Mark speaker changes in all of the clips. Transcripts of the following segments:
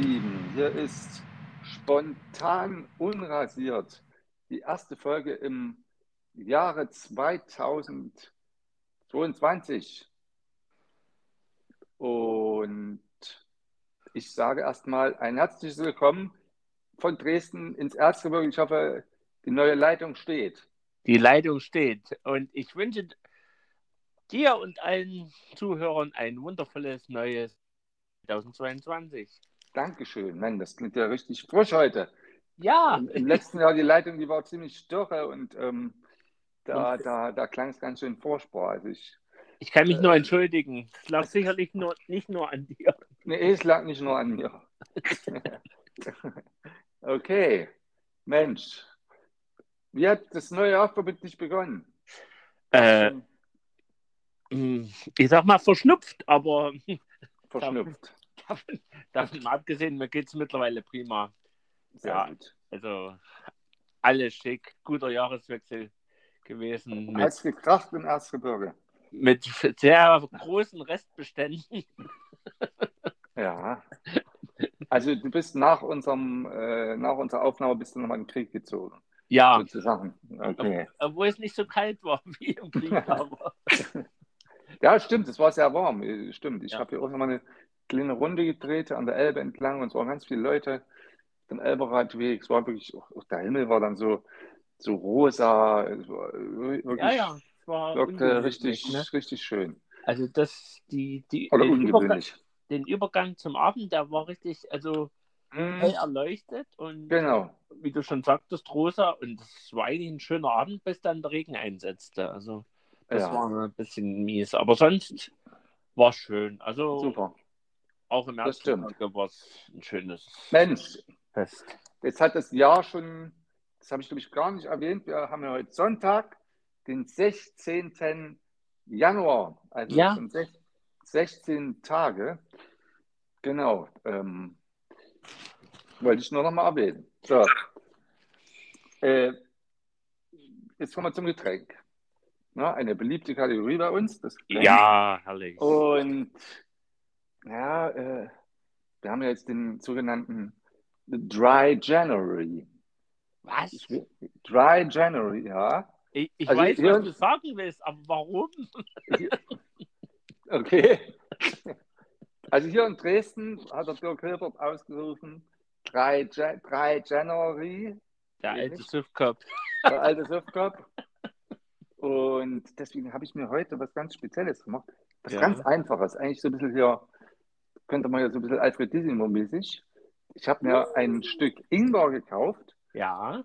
Speaker 1: Hier ist spontan unrasiert. Die erste Folge im Jahre 2022. Und ich sage erstmal ein herzliches Willkommen von Dresden ins Erzgebirge. Ich hoffe, die neue Leitung steht.
Speaker 2: Die Leitung steht. Und ich wünsche dir und allen Zuhörern ein wundervolles neues 2022.
Speaker 1: Dankeschön. Mann, das klingt ja richtig frisch heute.
Speaker 2: Ja,
Speaker 1: Im, im letzten Jahr die Leitung, die war ziemlich dürre und ähm, da, da, da klang es ganz schön furchtbar. Also ich,
Speaker 2: ich kann mich nur entschuldigen. Es lag sicherlich nur, nicht nur an dir.
Speaker 1: nee, es lag nicht nur an mir. okay, Mensch, wie hat das neue Jahr für dich begonnen?
Speaker 2: Äh, mh, ich sag mal verschnupft, aber
Speaker 1: Verschnupft.
Speaker 2: davon, davon mal abgesehen, mir geht es mittlerweile prima.
Speaker 1: Sehr
Speaker 2: ja.
Speaker 1: gut.
Speaker 2: Also alles schick, guter Jahreswechsel gewesen mit,
Speaker 1: Als gekracht im Erzgebirge.
Speaker 2: mit sehr großen Restbeständen.
Speaker 1: Ja. Also du bist nach unserem, äh, nach unserer Aufnahme bist du nochmal in den Krieg gezogen.
Speaker 2: Ja,
Speaker 1: Sozusagen. Okay.
Speaker 2: obwohl es nicht so kalt war wie im Krieg, aber
Speaker 1: Ja, stimmt, es war sehr warm. äh, Stimmt. Ich
Speaker 2: Ja.
Speaker 1: habe hier auch nochmal eine kleine Runde gedreht an der Elbe entlang und es waren ganz viele Leute am Elberadweg. Es war wirklich, auch, auch der Himmel war dann so, so rosa. Es war äh, wirklich,
Speaker 2: ja, ja, es war
Speaker 1: wirkte
Speaker 2: ungewöhnlich,
Speaker 1: äh, richtig,
Speaker 2: ne?
Speaker 1: richtig schön.
Speaker 2: Also das, die, die,
Speaker 1: Oder
Speaker 2: den, Übergang,
Speaker 1: ungewöhnlich.
Speaker 2: den Übergang zum Abend, der war richtig, also
Speaker 1: Mhm,
Speaker 2: hell erleuchtet und
Speaker 1: Genau.
Speaker 2: wie du schon sagtest, rosa und es war eigentlich ein schöner Abend, bis dann der Regen einsetzte. Also das
Speaker 1: Ja,
Speaker 2: war ein bisschen mies, aber sonst war schön. Also
Speaker 1: super.
Speaker 2: auch im
Speaker 1: Das
Speaker 2: März war es ein schönes
Speaker 1: Mensch,
Speaker 2: Fest.
Speaker 1: Jetzt hat das Jahr schon, das habe ich glaube ich gar nicht erwähnt, wir haben ja heute Sonntag, den 16. Januar, also
Speaker 2: Ja.
Speaker 1: schon sech- 16 Tage. Genau, ähm, wollte ich nur noch mal erwähnen. So. Äh, jetzt kommen wir zum Getränk. Na, eine beliebte Kategorie bei uns, das Getränk.
Speaker 2: Ja, herrlich.
Speaker 1: Oh. Und ja, äh, wir haben ja jetzt den sogenannten Dry January.
Speaker 2: Was?
Speaker 1: Ich will- Dry January, ja.
Speaker 2: Ich, ich
Speaker 1: Also
Speaker 2: weiß,
Speaker 1: wir-
Speaker 2: was du sagen willst, aber warum?
Speaker 1: Okay. Also hier in Dresden hat der Dirk Hilbert ausgerufen, Dry, ja Dry January,
Speaker 2: Der
Speaker 1: Geht
Speaker 2: alte
Speaker 1: nicht.
Speaker 2: Schiffkopf.
Speaker 1: der alte Äh, Surfkopf. Und deswegen habe ich mir heute was ganz Spezielles gemacht. Was
Speaker 2: Ja.
Speaker 1: ganz Einfaches, eigentlich so ein bisschen hier, könnte man ja so ein bisschen Alfred Dissimo-mäßig. Ich habe mir ein Stück Ingwer gekauft
Speaker 2: Ja,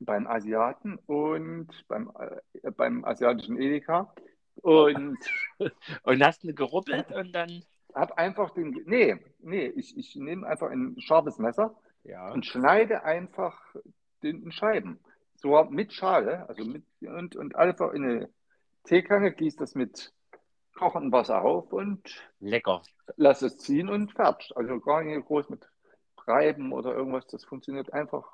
Speaker 1: beim Asiaten und beim, äh, beim asiatischen Edeka und
Speaker 2: und hast ihn gerubbelt und dann.
Speaker 1: habe einfach den, nee, nee, ich, ich nehme einfach ein scharfes Messer
Speaker 2: Ja.
Speaker 1: und schneide einfach den in Scheiben. So mit Schale, also mit und, und einfach in eine Teekanne, gießt das mit kochendem Wasser auf und
Speaker 2: Lecker.
Speaker 1: lass es ziehen und fertig. Also gar nicht groß mit Reiben oder irgendwas, das funktioniert einfach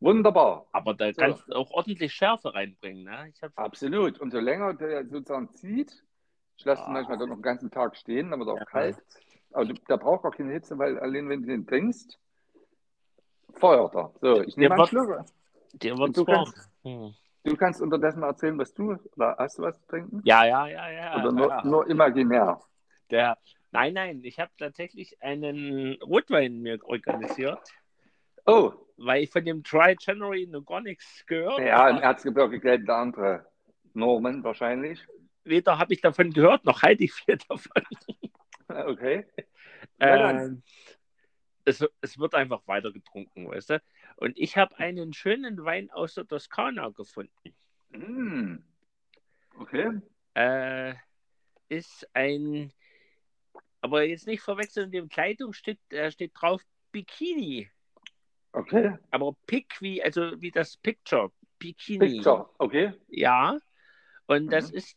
Speaker 1: wunderbar.
Speaker 2: Aber da
Speaker 1: So.
Speaker 2: kannst du auch ordentlich Schärfe reinbringen, ne? Ich hab,
Speaker 1: Absolut. Umso länger der sozusagen zieht, ich lasse ihn
Speaker 2: Ah.
Speaker 1: manchmal dann noch den ganzen Tag stehen, dann wird er auch
Speaker 2: Ja.
Speaker 1: kalt. Also da braucht er keine Hitze, weil allein wenn du den trinkst, feuert er. So, ich
Speaker 2: Der
Speaker 1: nehme mal einen
Speaker 2: wird-
Speaker 1: Schluck.
Speaker 2: dir wird's
Speaker 1: Du
Speaker 2: warm.
Speaker 1: kannst-
Speaker 2: Hm.
Speaker 1: Du kannst unterdessen mal erzählen, was du, oder hast du was zu trinken?
Speaker 2: Ja, ja, ja, ja.
Speaker 1: Oder nur,
Speaker 2: ja.
Speaker 1: nur imaginär?
Speaker 2: Der, nein, nein, ich habe tatsächlich einen Rotwein mir organisiert,
Speaker 1: Oh,
Speaker 2: weil ich von dem Dry January noch gar nichts gehört
Speaker 1: ja, im Erzgebirge gelten da andere Normen wahrscheinlich.
Speaker 2: Weder habe ich davon gehört, noch halte ich viel davon.
Speaker 1: Okay. Ja, dann.
Speaker 2: Ähm, es, es wird einfach weiter getrunken, weißt du? Und ich habe einen schönen Wein aus der Toskana gefunden.
Speaker 1: Hm. Okay.
Speaker 2: Äh, ist ein, aber jetzt nicht verwechseln, in dem Kleidungsstück äh, steht drauf Bikini.
Speaker 1: Okay.
Speaker 2: Aber Pick wie, also wie das Picture. Bikini.
Speaker 1: Picture. Okay.
Speaker 2: Ja. Und das
Speaker 1: Mhm.
Speaker 2: ist,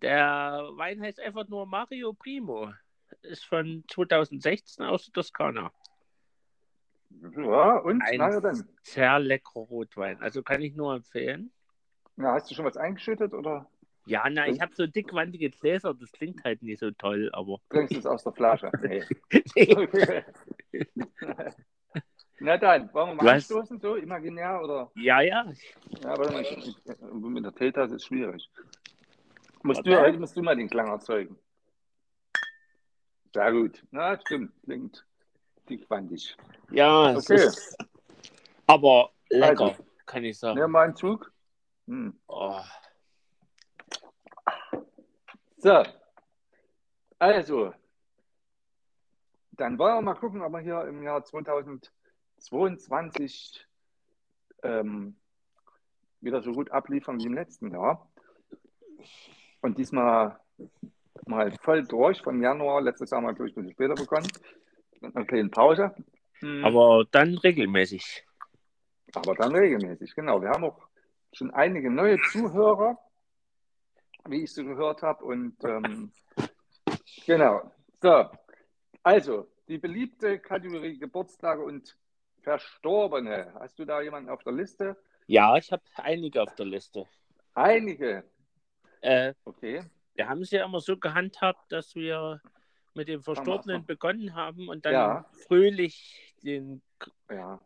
Speaker 2: der Wein heißt einfach nur Mario Primo. Ist von 2016 aus der Toskana.
Speaker 1: Ja, und?
Speaker 2: Ein-
Speaker 1: Na ja, dann.
Speaker 2: Sehr leckerer Rotwein. Also kann ich nur empfehlen.
Speaker 1: Na, hast du schon was eingeschüttet oder
Speaker 2: Ja, na, ich
Speaker 1: Und-
Speaker 2: habe so dickwandige Gläser, das klingt halt nicht so toll, aber.
Speaker 1: trinkst du es aus der Flasche? Nee.
Speaker 2: Nee.
Speaker 1: Okay. Na dann, wollen wir mal
Speaker 2: Du hast-
Speaker 1: anstoßen, so imaginär oder?
Speaker 2: Ja, ja.
Speaker 1: Ja, warte mal, ich, ich, äh, mit der Teetasse ist schwierig. Musst
Speaker 2: Okay.
Speaker 1: du, heute musst du mal den Klang erzeugen. Sehr gut. Na, stimmt, klingt dickwandig.
Speaker 2: Ja, es
Speaker 1: Okay.
Speaker 2: ist. Aber lecker,
Speaker 1: Also.
Speaker 2: kann ich sagen.
Speaker 1: Nimm mal einen Zug. Hm.
Speaker 2: Oh,
Speaker 1: So, also, dann wollen wir mal gucken, ob wir hier im Jahr 2022 ähm, wieder so gut abliefern wie im letzten Jahr. Und diesmal mal voll durch von Januar, letztes Jahr mal durch ein bisschen später begonnen, mit einer kleinen Pause. Hm.
Speaker 2: aber dann regelmäßig.
Speaker 1: Aber dann regelmäßig, genau. Wir haben auch schon einige neue Zuhörer, wie ich so gehört habe. Und ähm, genau. So, also die beliebte Kategorie Geburtstage und Verstorbene. Hast du da jemanden auf der Liste?
Speaker 2: Ja, ich habe einige auf der Liste.
Speaker 1: Einige.
Speaker 2: Äh,
Speaker 1: Okay.
Speaker 2: wir haben es ja immer so gehandhabt, dass wir mit dem Verstorbenen
Speaker 1: erstmal.
Speaker 2: begonnen haben und dann
Speaker 1: Ja.
Speaker 2: fröhlich den
Speaker 1: Ja.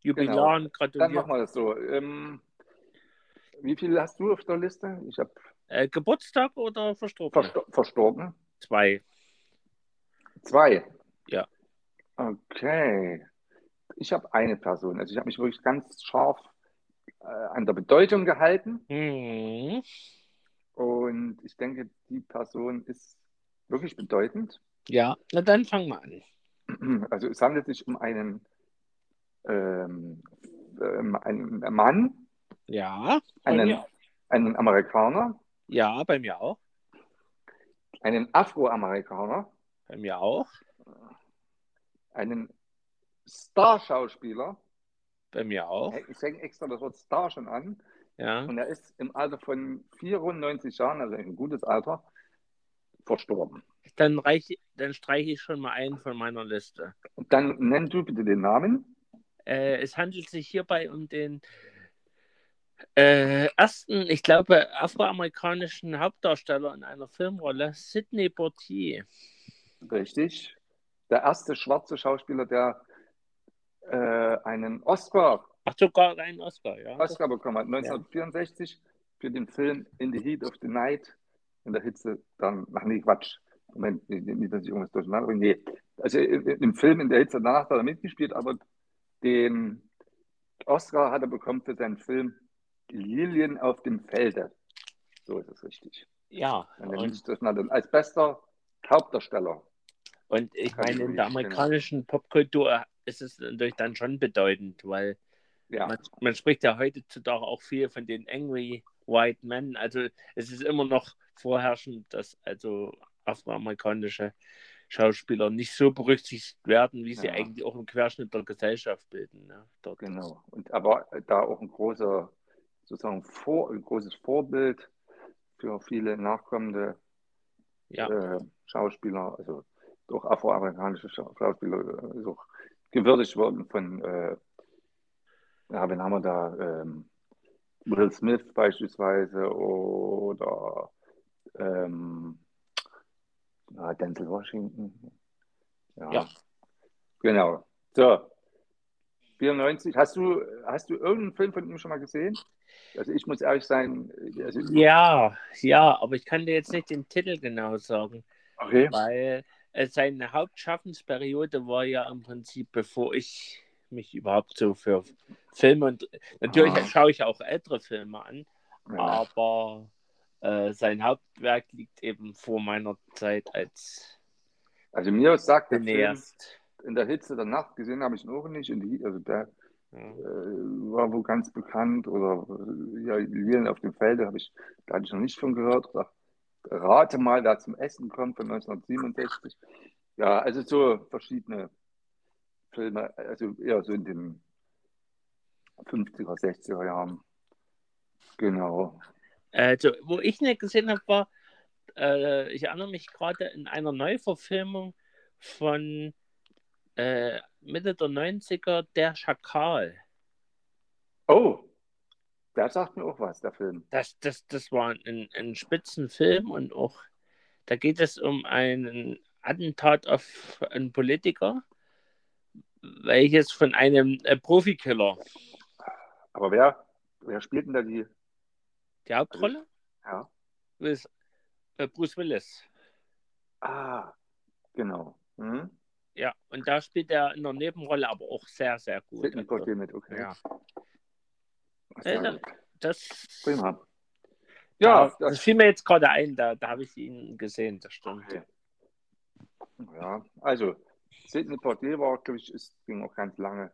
Speaker 2: Jubilaren
Speaker 1: Dann
Speaker 2: gratulieren.
Speaker 1: machen wir das so. Ähm, wie viele hast du auf der Liste? Ich habe
Speaker 2: Äh, Geburtstag oder Verstorben?
Speaker 1: verstor verstorben.
Speaker 2: Zwei.
Speaker 1: Zwei.
Speaker 2: Ja.
Speaker 1: Okay. Ich habe eine Person. Also ich habe mich wirklich ganz scharf äh, an der Bedeutung gehalten.
Speaker 2: Hm.
Speaker 1: Und ich denke, die Person ist wirklich bedeutend.
Speaker 2: Ja, na dann fangen wir an.
Speaker 1: Also es handelt sich um einen, ähm, ähm, einen Mann,
Speaker 2: Ja, bei
Speaker 1: einen,
Speaker 2: mir.
Speaker 1: einen Amerikaner,
Speaker 2: ja, bei mir auch.
Speaker 1: einen Afroamerikaner,
Speaker 2: Bei mir auch.
Speaker 1: einen Starschauspieler.
Speaker 2: Bei mir auch.
Speaker 1: Ich hänge extra das Wort Star schon an.
Speaker 2: Ja.
Speaker 1: Und er ist im Alter von 94 Jahren, also ein gutes Alter, verstorben.
Speaker 2: Dann, reich, dann streiche ich schon mal einen von meiner Liste.
Speaker 1: Und dann nenn du bitte den Namen.
Speaker 2: Äh, es handelt sich hierbei um den äh, ersten, ich glaube, afroamerikanischen Hauptdarsteller in einer Filmrolle, Sidney Portier.
Speaker 1: Richtig. Der erste schwarze Schauspieler, der äh, einen Oscar,
Speaker 2: Ach, sogar einen Oscar, ja.
Speaker 1: Oscar bekommen hat, 1964, für den Film In the Heat of the Night, in der Hitze, dann, ach nee, Quatsch. Moment, nicht, nicht, dass ich irgendwas durcheinander bringe. Nee. Also im im Film In der Hitze danach hat er mitgespielt, aber den Oscar hat er bekommen für seinen Film Lilien auf dem Felde. So ist es richtig.
Speaker 2: ja.
Speaker 1: Und dann
Speaker 2: Und,
Speaker 1: ist das dann als bester Hauptdarsteller.
Speaker 2: und ich
Speaker 1: Kann ich
Speaker 2: meine, in
Speaker 1: nicht,
Speaker 2: der
Speaker 1: genau.
Speaker 2: amerikanischen Popkultur ist es natürlich dann schon bedeutend, weil
Speaker 1: Ja,
Speaker 2: Man, man spricht ja heutzutage auch viel von den Angry White Men. Also es ist immer noch vorherrschend, dass also afroamerikanische Schauspieler nicht so berücksichtigt werden, wie sie
Speaker 1: Ja.
Speaker 2: eigentlich auch im Querschnitt der Gesellschaft bilden. Ne? Dort.
Speaker 1: genau. Und aber da auch ein großer, sozusagen vor, ein großes Vorbild für viele nachkommende
Speaker 2: Ja.
Speaker 1: äh, Schauspieler, also auch afroamerikanische Schau- Schauspieler, äh, ist auch gewürdigt worden von, äh, ja, wen haben wir da? Ähm, Will Smith beispielsweise oder ähm, ja, Denzel Washington. Ja.
Speaker 2: Ja.
Speaker 1: Genau. So. 94. Hast du, hast du irgendeinen Film von ihm schon mal gesehen? Also ich muss ehrlich sein, also,
Speaker 2: ja, ja, aber ich kann dir jetzt nicht den Titel genau sagen,
Speaker 1: okay.
Speaker 2: weil äh, seine Hauptschaffensperiode war ja im Prinzip, bevor ich mich überhaupt so für Filme und natürlich
Speaker 1: Ah.
Speaker 2: schaue ich auch ältere Filme an,
Speaker 1: Ja.
Speaker 2: aber äh, sein Hauptwerk liegt eben vor meiner Zeit als
Speaker 1: Also mir sagt der Film,
Speaker 2: Cineast.
Speaker 1: in der Hitze der Nacht gesehen habe ich ihn auch nicht. In die, also der
Speaker 2: Ja.
Speaker 1: äh, war wohl ganz bekannt oder äh, ja, Lilien auf dem Felde habe ich, da hatte ich noch nicht von gehört. Oder Rate mal, da zum Essen kommt von 1967. Ja, also so verschiedene Filme, also eher so in den 50er, 60er Jahren. Genau.
Speaker 2: Also, wo ich nicht gesehen habe, war, äh, ich erinnere mich gerade in einer Neuverfilmung von äh, Mitte der 90er, Der Schakal.
Speaker 1: Oh, der sagt mir auch was, der Film.
Speaker 2: Das, das, das war ein, ein Spitzenfilm und auch, da geht es um ein Attentat auf einen Politiker, welches von einem äh, Profikiller.
Speaker 1: Aber wer, wer spielt denn da die?
Speaker 2: Die Hauptrolle
Speaker 1: Ja.
Speaker 2: ist äh, Bruce Willis.
Speaker 1: Ah, genau. Hm?
Speaker 2: Ja, und da spielt er in der Nebenrolle aber auch sehr, sehr gut.
Speaker 1: Sidney
Speaker 2: Also,
Speaker 1: Poitier mit, okay.
Speaker 2: ja,
Speaker 1: Sehr
Speaker 2: Ja,
Speaker 1: gut.
Speaker 2: das,
Speaker 1: Prima.
Speaker 2: ja,
Speaker 1: Ja,
Speaker 2: das,
Speaker 1: das,
Speaker 2: fiel mir jetzt gerade ein, da, da habe ich ihn gesehen, das stimmt.
Speaker 1: Okay. ja, also Sidney Poitier war, glaube ich, ist, ging auch ganz lange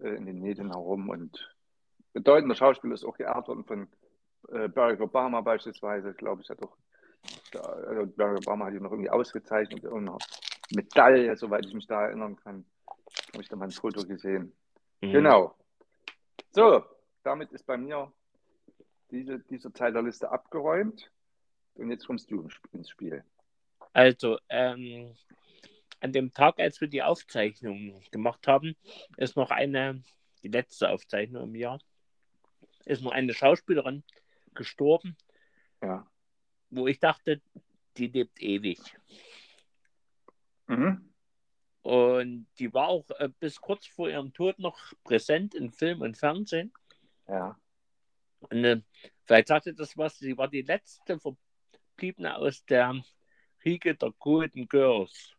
Speaker 1: äh, in den Medien herum und bedeutender Schauspieler ist auch geehrt worden von äh, Barack Obama beispielsweise, glaube ich, hat auch da, also Barack Obama hat ihn noch irgendwie ausgezeichnet mit irgendeiner Medaille, soweit ich mich da erinnern kann. Habe ich da mal ein Foto gesehen.
Speaker 2: Mhm.
Speaker 1: Genau. So, damit ist bei mir diese, dieser Teil der Liste abgeräumt. Und jetzt kommst du ins Spiel.
Speaker 2: Also, ähm, an dem Tag, als wir die Aufzeichnung gemacht haben, ist noch eine, die letzte Aufzeichnung im Jahr, ist noch eine Schauspielerin gestorben,
Speaker 1: Ja.
Speaker 2: wo ich dachte, die lebt ewig.
Speaker 1: Mhm.
Speaker 2: Und die war auch äh, bis kurz vor ihrem Tod noch präsent in Film und Fernsehen.
Speaker 1: Ja.
Speaker 2: Und, äh, vielleicht sagte das was, sie war die letzte Verbliebene aus der Riege der Golden Girls.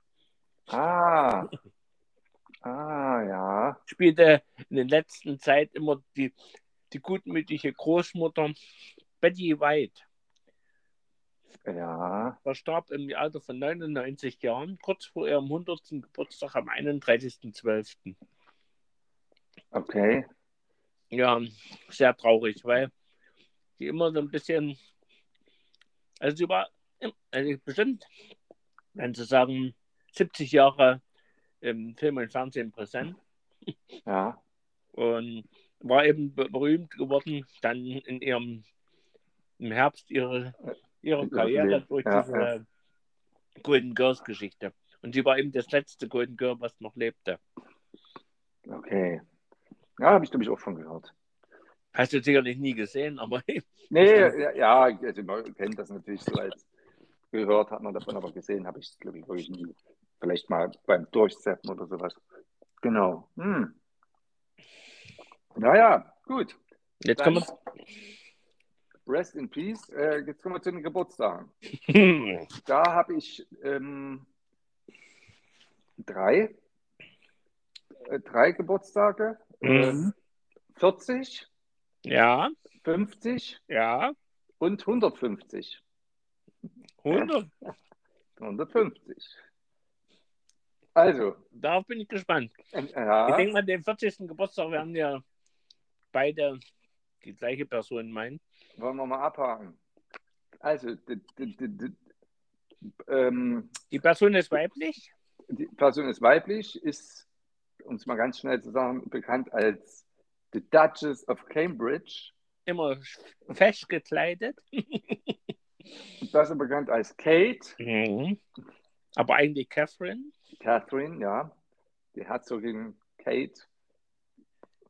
Speaker 1: Ah. Ah, ja.
Speaker 2: Spielte in der letzten Zeit immer die, die gutmütige Großmutter Betty White.
Speaker 1: Ja.
Speaker 2: Verstarb im Alter von 99 Jahren, kurz vor ihrem 100. Geburtstag am 31.12.
Speaker 1: Okay.
Speaker 2: Ja, sehr traurig, weil sie immer so ein bisschen, also sie war im- also bestimmt, wenn sie sagen, 70 Jahre im Film und Fernsehen präsent
Speaker 1: Ja.
Speaker 2: und war eben be- berühmt geworden, dann in ihrem im Herbst ihre, ihre
Speaker 1: Ihr
Speaker 2: Karriere
Speaker 1: Leben,
Speaker 2: durch
Speaker 1: ja,
Speaker 2: diese Golden Girls Geschichte. Und sie war eben das letzte Golden Girl, was noch lebte.
Speaker 1: Okay. Ja, habe ich, glaube ich, auch schon gehört.
Speaker 2: Hast du sicherlich nie gesehen, aber
Speaker 1: Nee, ja, ja, also man kennt das natürlich so als gehört hat man davon, aber gesehen habe ich es, glaube ich, wirklich nie. Vielleicht mal beim Durchsetzen oder sowas. Genau. Hm. Naja, gut.
Speaker 2: jetzt kann man
Speaker 1: Rest in Peace. Äh, jetzt kommen wir zu den Geburtstagen. Da habe ich ähm, drei, äh, drei Geburtstage.
Speaker 2: Mhm.
Speaker 1: Äh, 40,
Speaker 2: ja,
Speaker 1: 50
Speaker 2: ja.
Speaker 1: und 150.
Speaker 2: 100?
Speaker 1: 150. Also,
Speaker 2: Darauf bin ich gespannt.
Speaker 1: äh,
Speaker 2: Ich
Speaker 1: ja,
Speaker 2: denke mal, den 40. Geburtstag werden ja beide die gleiche Person meinen.
Speaker 1: wollen wir mal abhaken. Also, d- d- d- d- ähm,
Speaker 2: Die Person ist weiblich.
Speaker 1: die Person ist weiblich, ist, um es mal ganz schnell zu sagen, bekannt als The Duchess of Cambridge.
Speaker 2: immer fest gekleidet.
Speaker 1: Besser bekannt als Kate, Mhm.
Speaker 2: Aber eigentlich Catherine.
Speaker 1: Catherine, ja. Die Herzogin Kate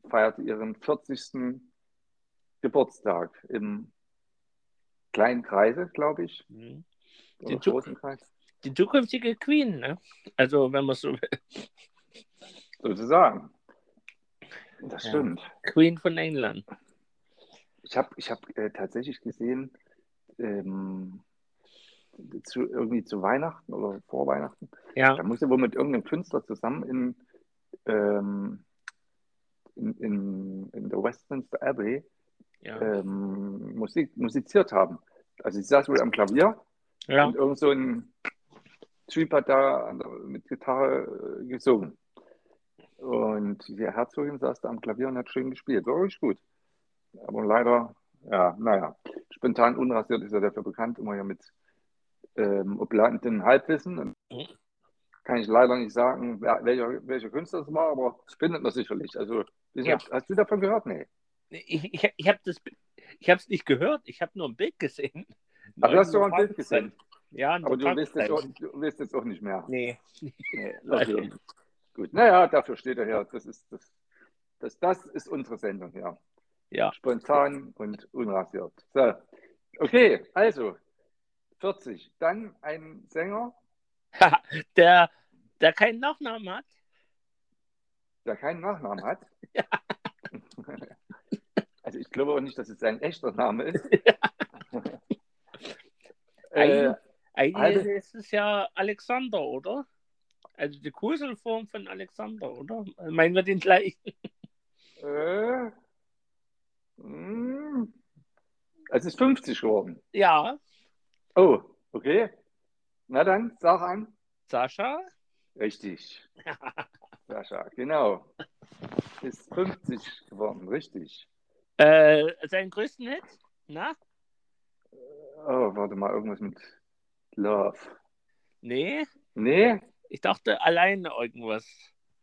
Speaker 1: feierte ihren 40. Geburtstag im kleinen Kreise, glaube ich.
Speaker 2: Mhm.
Speaker 1: Oder
Speaker 2: Den Zug-
Speaker 1: großen Kreis.
Speaker 2: Die zukünftige Queen, ne? Also, wenn man so will.
Speaker 1: Sozusagen. Das
Speaker 2: Ja.
Speaker 1: stimmt.
Speaker 2: Queen von England.
Speaker 1: Ich habe ich hab, äh, tatsächlich gesehen, ähm, zu, irgendwie zu Weihnachten oder vor Weihnachten,
Speaker 2: Ja.
Speaker 1: Da muss er wohl mit irgendeinem Künstler zusammen in, ähm, in, in, in der Westminster Abbey
Speaker 2: Ja.
Speaker 1: ähm, Musik, musiziert haben. Also sie saß wohl am Klavier
Speaker 2: ja.
Speaker 1: und irgend so ein Typ hat da an der- mit Gitarre äh, gesungen. Und die Herzogin saß da am Klavier und hat schön gespielt. War wirklich gut. Aber leider, ja, naja, spontan unrasiert ist er dafür bekannt, immer ja mit ähm, opulentem Halbwissen. Und
Speaker 2: Mhm.
Speaker 1: kann ich leider nicht sagen, wer, welcher, welcher Künstler es war, aber das findet man sicherlich. Also, ich
Speaker 2: Ja.
Speaker 1: hab, hast du davon gehört? Nee.
Speaker 2: Ich, ich, ich habe das. Ich habe es nicht gehört, ich habe nur ein Bild gesehen.
Speaker 1: Aber du Also, hast sogar ein Bild
Speaker 2: Tageszeitung.
Speaker 1: gesehen.
Speaker 2: Ja, in
Speaker 1: Aber
Speaker 2: der
Speaker 1: du wirst es auch,
Speaker 2: Tageszeitung.
Speaker 1: du wirst es auch nicht mehr.
Speaker 2: Nee.
Speaker 1: Nee,
Speaker 2: Leider.
Speaker 1: okay. Gut, naja, dafür steht er her. Das ist, das, das, das ist unsere Sendung hier.
Speaker 2: Ja.
Speaker 1: Spontan und unrasiert. So. Okay, also 40. Dann ein Sänger,
Speaker 2: der, der keinen Nachnamen hat.
Speaker 1: der keinen Nachnamen hat. Also ich glaube auch nicht, dass es sein echter Name ist. äh,
Speaker 2: Eigentlich- Eigentlich
Speaker 1: Alter.
Speaker 2: ist es ja Alexander, oder? Also die Kuselform von Alexander, oder? Meinen wir den gleichen?
Speaker 1: äh, mh, Also, es ist 50 geworden.
Speaker 2: Ja,
Speaker 1: Oh, okay. Na dann, sag an.
Speaker 2: Sascha?
Speaker 1: Richtig. Sascha, genau. Ist 50 geworden, richtig.
Speaker 2: Äh, seinen größten Hit? Na?
Speaker 1: Oh, warte mal, irgendwas mit Love.
Speaker 2: Nee,
Speaker 1: Nee,
Speaker 2: ich dachte alleine irgendwas.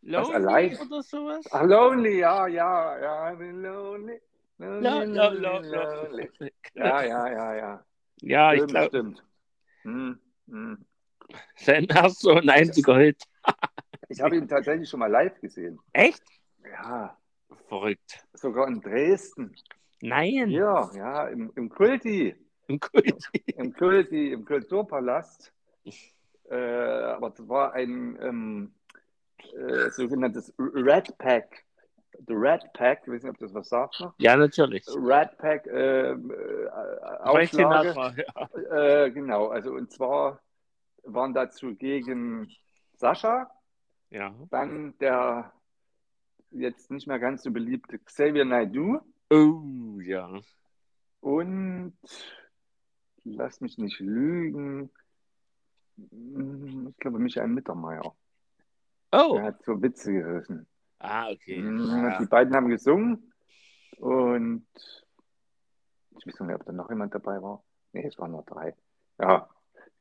Speaker 1: Was,
Speaker 2: Lonely
Speaker 1: allein?
Speaker 2: oder sowas?
Speaker 1: Ah, Lonely, ja, ja, ja, I've been lonely.
Speaker 2: Lo-
Speaker 1: Lonely,
Speaker 2: lo-
Speaker 1: lonely,
Speaker 2: lo-
Speaker 1: lonely.
Speaker 2: lo-
Speaker 1: Ja, ja, ja, ja.
Speaker 2: Ja, ich
Speaker 1: stimmt,
Speaker 2: glaube,
Speaker 1: stimmt. Hm, hm.
Speaker 2: sein erster und einziger Hit.
Speaker 1: Ich habe ihn tatsächlich schon mal live gesehen.
Speaker 2: Echt?
Speaker 1: Ja,
Speaker 2: Verrückt.
Speaker 1: sogar in Dresden.
Speaker 2: Nein.
Speaker 1: Ja, ja, im, im Kulti.
Speaker 2: Gut.
Speaker 1: Im Kulti, im Kulturpalast. Äh, aber das war ein ähm, äh, sogenanntes Red Pack. The Red Pack, ich weiß nicht, ob das was sagt noch.
Speaker 2: Ja, natürlich.
Speaker 1: Red Pack ähm, äh,
Speaker 2: Frank
Speaker 1: Auflage.
Speaker 2: Sinatra, ja.
Speaker 1: Äh, genau, also und zwar waren dazu gegen Sascha,
Speaker 2: ja.
Speaker 1: dann der jetzt nicht mehr ganz so beliebte Xavier Naidoo
Speaker 2: Oh, ja.
Speaker 1: und lass mich nicht lügen, mm, ich glaube Michael Mittermeier.
Speaker 2: Oh.
Speaker 1: Der hat so Witze gerissen.
Speaker 2: Ah, okay.
Speaker 1: Mm,
Speaker 2: Ja.
Speaker 1: Die beiden haben gesungen und ich weiß nicht, ob da noch jemand dabei war. Nee, es waren nur drei. Ja,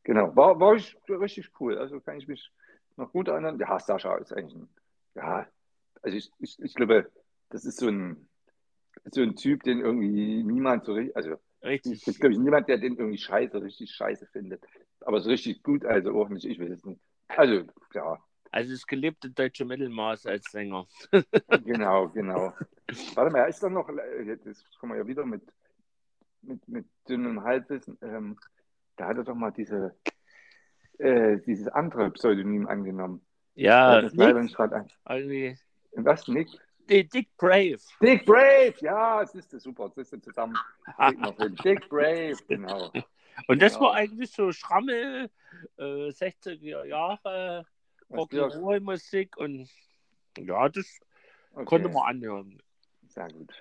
Speaker 1: genau. War, war ich richtig cool. Also kann ich mich noch gut erinnern. Ja, Sascha ist eigentlich ein, ja, also ich, ich, ich glaube, das ist so ein, so ein Typ, den irgendwie niemand so richtig, also es
Speaker 2: Richtig.
Speaker 1: gibt, glaube ich, niemand, der den irgendwie scheiße, richtig scheiße findet. Aber so richtig gut, also auch nicht, ich weiß es nicht. Also, ja.
Speaker 2: Also das gelebte deutsche Mittelmaß als Sänger.
Speaker 1: Genau, genau. Warte mal, er ist doch noch, äh, jetzt kommen wir ja wieder mit, mit, mit dünnem Halbwissen. Ähm, da hat er doch mal diese, äh, dieses andere Pseudonym angenommen.
Speaker 2: Ja,
Speaker 1: Fällt mir leider
Speaker 2: Äh, Nick,
Speaker 1: nicht gerade ein.
Speaker 2: irgendwie.
Speaker 1: Was, Nick?
Speaker 2: Nee, Also, Dick Brave.
Speaker 1: Dick Brave! Ja, es ist super, es ist zusammen. Kriegen wir hin. Dick Brave, genau.
Speaker 2: Und das
Speaker 1: Ja.
Speaker 2: war eigentlich so Schrammel, äh, 60er Jahre,
Speaker 1: Und Dirk,
Speaker 2: Rock'n'Roll-Musik und ja, das konnte
Speaker 1: okay,
Speaker 2: man anhören.
Speaker 1: sehr gut.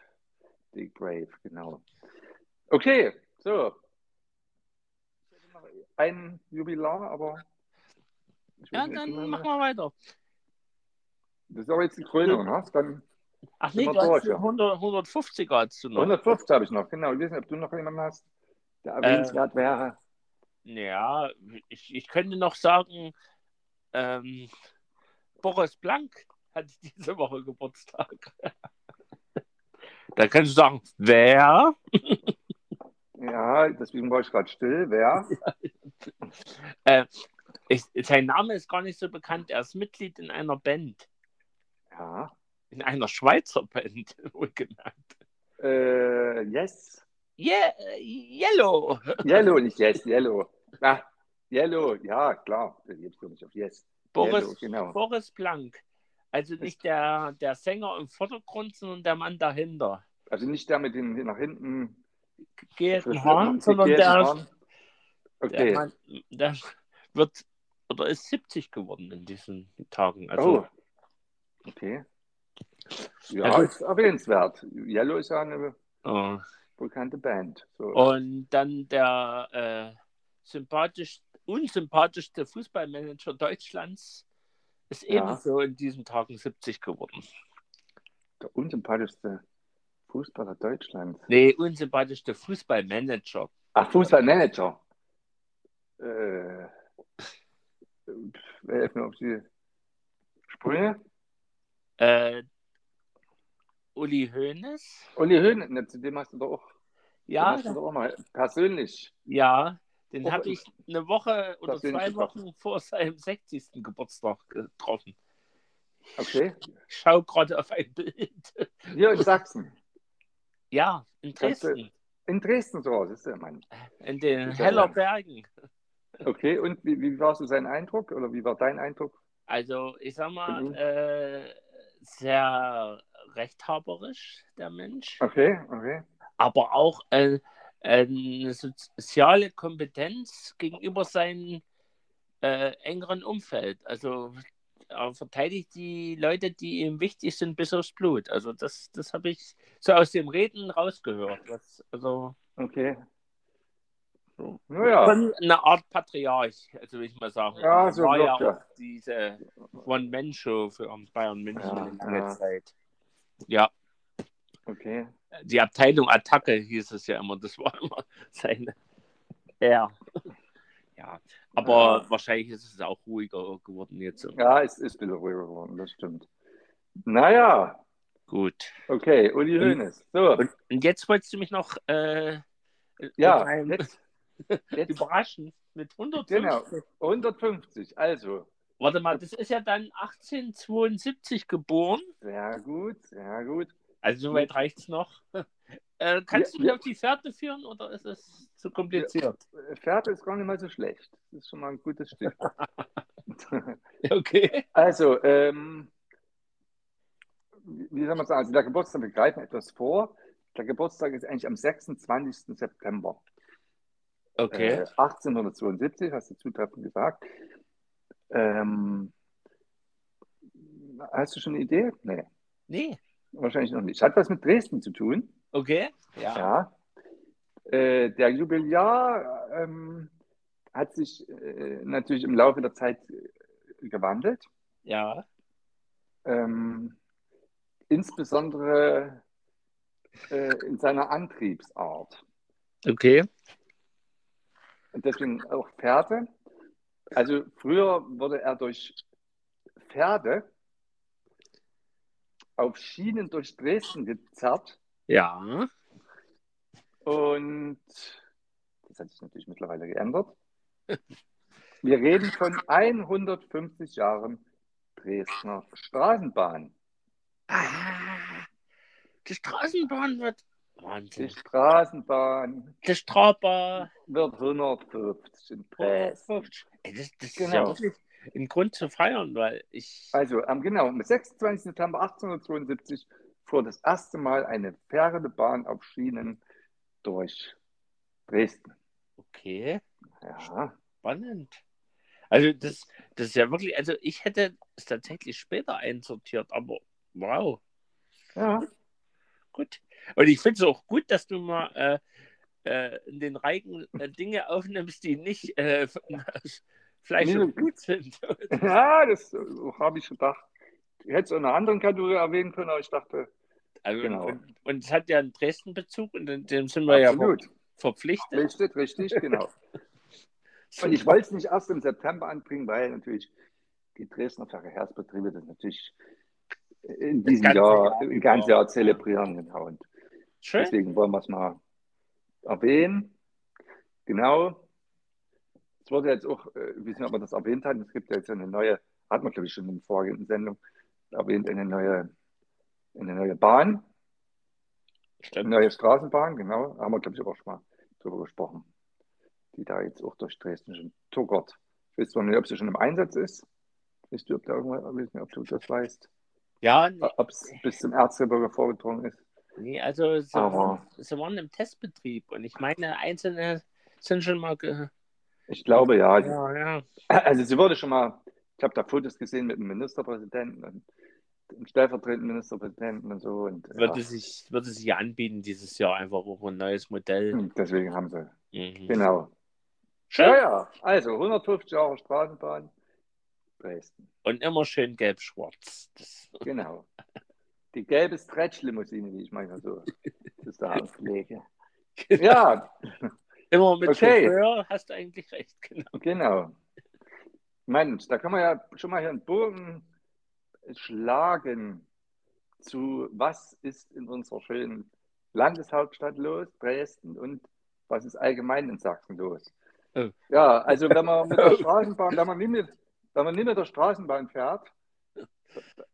Speaker 1: Dick Brave, genau. Okay, so. Ich hätte noch Ein Jubilar, aber. ich
Speaker 2: Ja,
Speaker 1: weiß nicht,
Speaker 2: dann
Speaker 1: wie man-
Speaker 2: machen wir weiter.
Speaker 1: Das ist aber jetzt die Krönung, ne? Dann
Speaker 2: Ach
Speaker 1: Sind
Speaker 2: nee,
Speaker 1: wir
Speaker 2: du
Speaker 1: durch,
Speaker 2: hast
Speaker 1: ja.
Speaker 2: 100, 150er hast du noch.
Speaker 1: 150 habe ich noch, genau. Ich weiß nicht, ob du noch jemanden hast, der erwähnenswert wäre.
Speaker 2: Ja, ich, ich könnte noch sagen, ähm, Boris Blank hatte diese Woche Geburtstag. da kannst du sagen, wer?
Speaker 1: Ja, deswegen war ich gerade still. Wer?
Speaker 2: Äh, ich, sein Name ist gar nicht so bekannt. Er ist Mitglied in einer Band,
Speaker 1: Ja.
Speaker 2: in einer Schweizer Band, wohlgemerkt.
Speaker 1: Äh, yes.
Speaker 2: Yeah, yellow.
Speaker 1: Yellow, nicht yes, yellow. Ah, yellow, ja, klar. Da gibst du nicht auf yes.
Speaker 2: Boris,
Speaker 1: Yellow, genau.
Speaker 2: Boris Blank. Also nicht der, der Sänger im Vordergrund, sondern der Mann dahinter.
Speaker 1: Also nicht der mit den nach hinten.
Speaker 2: Gärten Hahn, sondern
Speaker 1: gekehrten
Speaker 2: der,
Speaker 1: Haaren.
Speaker 2: Der,
Speaker 1: Okay.
Speaker 2: Mann, der wird oder ist 70 geworden in diesen Tagen. Also
Speaker 1: Oh. Okay. Ja,
Speaker 2: Also-
Speaker 1: ist erwähnenswert. Yellow ist ja eine
Speaker 2: äh,
Speaker 1: bekannte Band. So.
Speaker 2: und dann der äh, sympathisch, unsympathischste Fußballmanager Deutschlands ist
Speaker 1: Ja.
Speaker 2: ebenso in diesen Tagen 70 geworden.
Speaker 1: Der unsympathischste Fußballer Deutschlands.
Speaker 2: Nee, unsympathischste Fußballmanager.
Speaker 1: Ach, Fußballmanager. Äh, äh, wer hilft mir auf die Sprünge?
Speaker 2: Äh, Uli Hoeneß.
Speaker 1: Uli Höhn, ne, zu dem hast du doch auch, den
Speaker 2: Ja,
Speaker 1: hast du doch auch mal persönlich.
Speaker 2: ja. Den
Speaker 1: Oh,
Speaker 2: habe ich eine Woche oder
Speaker 1: hast du ihn
Speaker 2: zwei
Speaker 1: getroffen?
Speaker 2: Wochen vor seinem 60. Geburtstag getroffen.
Speaker 1: Okay.
Speaker 2: Ich schaue gerade auf ein Bild.
Speaker 1: Hier in Sachsen.
Speaker 2: Ja, in
Speaker 1: Kannst du-
Speaker 2: Dresden,
Speaker 1: In Dresden so aus, ist der Mann.
Speaker 2: in den
Speaker 1: Ist ja
Speaker 2: Heller
Speaker 1: lang.
Speaker 2: Bergen.
Speaker 1: Okay, und wie, wie war so sein Eindruck? Oder wie war dein Eindruck?
Speaker 2: Also, ich sag mal,
Speaker 1: Mhm.
Speaker 2: äh, sehr rechthaberisch, der Mensch,
Speaker 1: Okay, okay.
Speaker 2: aber auch äh, eine soziale Kompetenz gegenüber seinem äh, engeren Umfeld. Also er verteidigt die Leute, die ihm wichtig sind, bis aufs Blut. Also das, das habe ich so aus dem Reden rausgehört. Was, also
Speaker 1: Okay.
Speaker 2: So.
Speaker 1: Naja,
Speaker 2: schon eine Art Patriarch, also will ich mal sagen.
Speaker 1: Ja,
Speaker 2: Das
Speaker 1: so
Speaker 2: war
Speaker 1: wirkt
Speaker 2: ja
Speaker 1: er.
Speaker 2: auch diese One-Man-Show für um Bayern München
Speaker 1: Ja,
Speaker 2: eine lange
Speaker 1: ja.
Speaker 2: Zeit. Ja,
Speaker 1: okay.
Speaker 2: die Abteilung Attacke hieß es ja immer, das war immer seine. Ja. Ja, aber
Speaker 1: Ja.
Speaker 2: wahrscheinlich ist es auch ruhiger geworden jetzt.
Speaker 1: Ja, es ist ein bisschen ruhiger geworden, das stimmt. Naja,
Speaker 2: Gut.
Speaker 1: okay, Uli
Speaker 2: Und-
Speaker 1: Hoeneß. So,
Speaker 2: Und jetzt wolltest du mich noch äh,
Speaker 1: ja,
Speaker 2: mit einem-
Speaker 1: jetzt, jetzt
Speaker 2: überraschen mit 150.
Speaker 1: Genau. 150, also.
Speaker 2: Warte mal, das ist ja dann 1872 geboren.
Speaker 1: Sehr gut, sehr gut.
Speaker 2: Also soweit reicht's noch. Äh, kannst
Speaker 1: Ja,
Speaker 2: du mich
Speaker 1: ja.
Speaker 2: auf die Fährte führen oder ist es zu kompliziert?
Speaker 1: Fährte ist gar nicht mal so schlecht. Das ist schon mal ein gutes Stück.
Speaker 2: Okay.
Speaker 1: Also, ähm, wie soll man sagen? Also, der Geburtstag, wir greifen etwas vor. Der Geburtstag ist eigentlich am 26. September
Speaker 2: Okay.
Speaker 1: äh, 1872, hast du zutreffend gesagt. Ähm, hast du schon eine Idee? Nee,
Speaker 2: Nee.
Speaker 1: wahrscheinlich noch nicht. Hat was mit Dresden zu tun.
Speaker 2: Okay. Ja.
Speaker 1: Ja. Äh, der Jubiläar ähm, hat sich äh, natürlich im Laufe der Zeit äh, gewandelt.
Speaker 2: Ja.
Speaker 1: Ähm, insbesondere äh, in seiner Antriebsart.
Speaker 2: Okay.
Speaker 1: Und deswegen auch Pferde. Also früher wurde er durch Pferde auf Schienen durch Dresden gezerrt.
Speaker 2: Ja.
Speaker 1: Und das hat sich natürlich mittlerweile geändert. Wir reden von 150 Jahren Dresdner Straßenbahn.
Speaker 2: Ah, die Straßenbahn wird.
Speaker 1: Die
Speaker 2: Wahnsinn.
Speaker 1: Straßenbahn
Speaker 2: Die Strapa.
Speaker 1: wird 150 in Dresden.
Speaker 2: Ey, Das, das ist ja
Speaker 1: Genau.
Speaker 2: wirklich ein Grund zu feiern, weil ich.
Speaker 1: Also am genau, am 26. September 1872 fuhr das erste Mal eine Pferdebahn auf Schienen durch Dresden.
Speaker 2: Okay.
Speaker 1: Ja,
Speaker 2: Spannend. Also das, das ist ja wirklich, also ich hätte es tatsächlich später einsortiert, aber wow,
Speaker 1: ja,
Speaker 2: gut. Und ich finde es auch gut, dass du mal äh, äh, in den Reigen äh, Dinge aufnimmst, die nicht äh, f- aus Fleisch
Speaker 1: Nee,
Speaker 2: und Blut sind.
Speaker 1: ja das habe ich gedacht. Ich hätte es in einer anderen Kategorie erwähnen können, aber ich dachte,
Speaker 2: Also,
Speaker 1: Genau.
Speaker 2: und, und es hat ja einen Dresden-Bezug und in dem sind wir ja
Speaker 1: Absolut.
Speaker 2: ver verpflichtet.
Speaker 1: Richtig, richtig, genau. Und ich wollte es nicht erst im September anbringen, weil natürlich die Dresdner Verkehrsbetriebe das natürlich in diesem
Speaker 2: ganze
Speaker 1: Jahr,
Speaker 2: Jahr
Speaker 1: im
Speaker 2: über.
Speaker 1: ganzen Jahr zelebrieren. Genau. Und
Speaker 2: Schön.
Speaker 1: deswegen wollen wir es mal erwähnen. Genau. Es wurde jetzt auch, äh, ich weiß nicht, ob wir das erwähnt hatten, es gibt ja jetzt eine neue, hat man glaube ich schon in der vorherigen Sendung erwähnt, eine neue, eine neue Bahn, eine
Speaker 2: Stimmt.
Speaker 1: neue Straßenbahn, genau, haben wir glaube ich auch schon mal drüber gesprochen, die da jetzt auch durch Dresden schon tuckert. Ich weiß zwar nicht, ob sie schon im Einsatz ist. Weißt du, ob, da irgendwann, ich weiß nicht, ob du das weißt?
Speaker 2: Ja, nee,
Speaker 1: Ob es bis zum Erzgebirge vorgedrungen ist?
Speaker 2: Nee, also sie,
Speaker 1: Aber-
Speaker 2: sie waren im Testbetrieb und ich meine, einzelne sind schon mal. Ge
Speaker 1: Ich glaube ja. Also,
Speaker 2: ja, ja.
Speaker 1: also sie wurde schon mal, ich habe da Fotos gesehen mit dem Ministerpräsidenten und dem stellvertretenden Ministerpräsidenten und so. Und,
Speaker 2: Würde,
Speaker 1: ja,
Speaker 2: sich, würde sich ja anbieten, dieses Jahr einfach auch ein neues Modell.
Speaker 1: und deswegen haben sie,
Speaker 2: Mhm.
Speaker 1: Hm. genau.
Speaker 2: Schön.
Speaker 1: Ja, ja, also 150 Jahre Straßenbahn, Dresden,
Speaker 2: Und immer schön gelb-schwarz. Das-
Speaker 1: genau. Die gelbe Stretch-Limousine, wie ich manchmal so zu sagen pflege. Ja,
Speaker 2: Immer mit
Speaker 1: Okay.
Speaker 2: Chauffeur hast du eigentlich recht, genau.
Speaker 1: Genau. Mensch, da kann man ja schon mal hier einen Bogen schlagen zu, was ist in unserer schönen Landeshauptstadt los, Dresden, und was ist allgemein in Sachsen los.
Speaker 2: Oh.
Speaker 1: Ja, also wenn man mit der Straßenbahn, wenn man nie mit, wenn man nie mit der Straßenbahn fährt,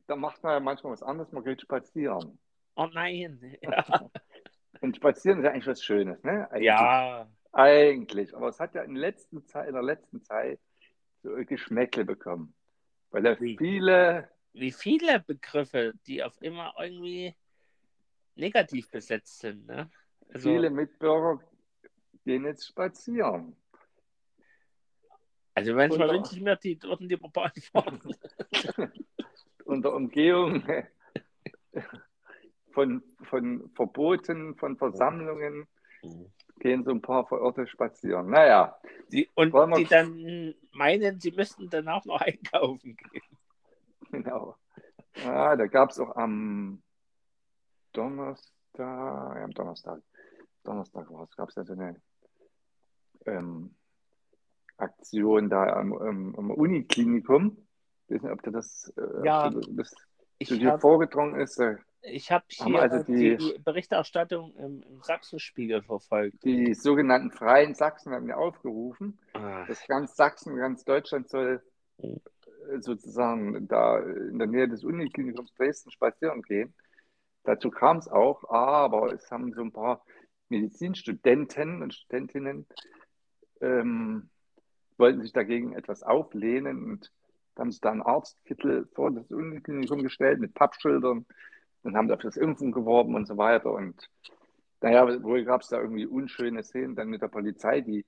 Speaker 1: dann macht man ja manchmal was anderes, man geht spazieren.
Speaker 2: Oh nein. Ja.
Speaker 1: Und spazieren ist ja eigentlich was Schönes, ne? Eigentlich.
Speaker 2: ja.
Speaker 1: Eigentlich, aber es hat ja in, letzten Zeit, in der letzten Zeit so ein Geschmäckle bekommen, weil da
Speaker 2: Wie?
Speaker 1: viele
Speaker 2: wie viele Begriffe, die auf immer irgendwie negativ besetzt sind. Ne? Also,
Speaker 1: Viele Mitbürger gehen jetzt spazieren.
Speaker 2: also manchmal wünsche ich mir, die würden die Bahn fahren.
Speaker 1: Unter Umgehung von, von Verboten, von Versammlungen gehen so ein paar Verirrte spazieren. Naja,
Speaker 2: Die, und
Speaker 1: Wollen wir-
Speaker 2: die dann meinen, sie müssten danach noch einkaufen gehen.
Speaker 1: genau. Ah, da gab es auch am Donnerstag, ja, am Donnerstag, Donnerstag war es, gab es ja so eine ähm, Aktion da am, am, am Uniklinikum. Ich weiß nicht, ob du das, äh,
Speaker 2: Ja.
Speaker 1: ob du das
Speaker 2: Ich
Speaker 1: zu dir
Speaker 2: habe
Speaker 1: vorgedrungen ist. Äh,
Speaker 2: hab
Speaker 1: haben
Speaker 2: hier äh,
Speaker 1: also
Speaker 2: die,
Speaker 1: die-
Speaker 2: Berichterstattung im, im Sachsenspiegel verfolgt.
Speaker 1: Die sogenannten Freien Sachsen haben ja aufgerufen,
Speaker 2: Ah,
Speaker 1: dass ganz Sachsen, ganz Deutschland soll äh, sozusagen da in der Nähe des Uniklinikums Dresden spazieren gehen. Dazu kam es auch, aber es haben so ein paar Medizinstudenten und Studentinnen ähm, wollten sich dagegen etwas auflehnen und haben sich da einen Arztkittel vor das Uniklinikum gestellt mit Pappschildern und haben dafür das Impfen geworben und so weiter. Und naja, wohl gab es da irgendwie unschöne Szenen dann mit der Polizei, die,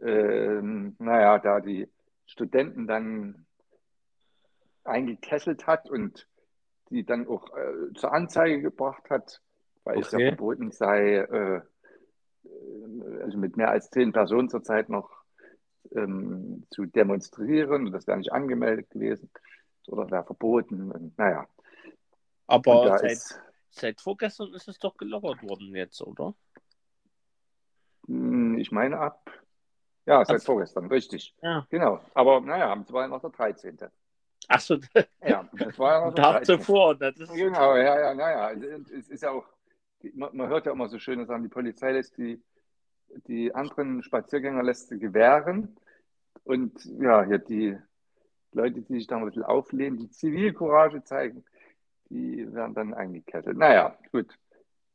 Speaker 1: ähm, naja, da die Studenten dann eingekesselt hat und die dann auch äh, zur Anzeige gebracht hat, weil es ja
Speaker 2: Okay.
Speaker 1: verboten sei, äh, äh, also mit mehr als zehn Personen zurzeit noch ähm, zu demonstrieren. Und das wäre nicht angemeldet gewesen oder wäre verboten. Und, naja, und
Speaker 2: aber
Speaker 1: da
Speaker 2: seit,
Speaker 1: ist,
Speaker 2: seit vorgestern ist es doch gelockert worden jetzt, oder?
Speaker 1: mh, Hm, ich meine, ab, ja, seit
Speaker 2: Ab-
Speaker 1: vorgestern, richtig.
Speaker 2: Ja.
Speaker 1: Genau, aber naja, es war ja noch der 13.
Speaker 2: Achso,
Speaker 1: Ja, das war ja noch
Speaker 2: einen
Speaker 1: der
Speaker 2: Tag
Speaker 1: 13.
Speaker 2: zuvor. Das ist,
Speaker 1: Genau, ja, ja, naja, es ist ja auch, man, man hört ja immer so schöne Sachen, die Polizei lässt die, die anderen Spaziergänger lässt sie gewähren und ja, hier die Leute, die sich da ein bisschen auflehnen, die Zivilcourage zeigen, die werden dann eingekettet. Naja, gut,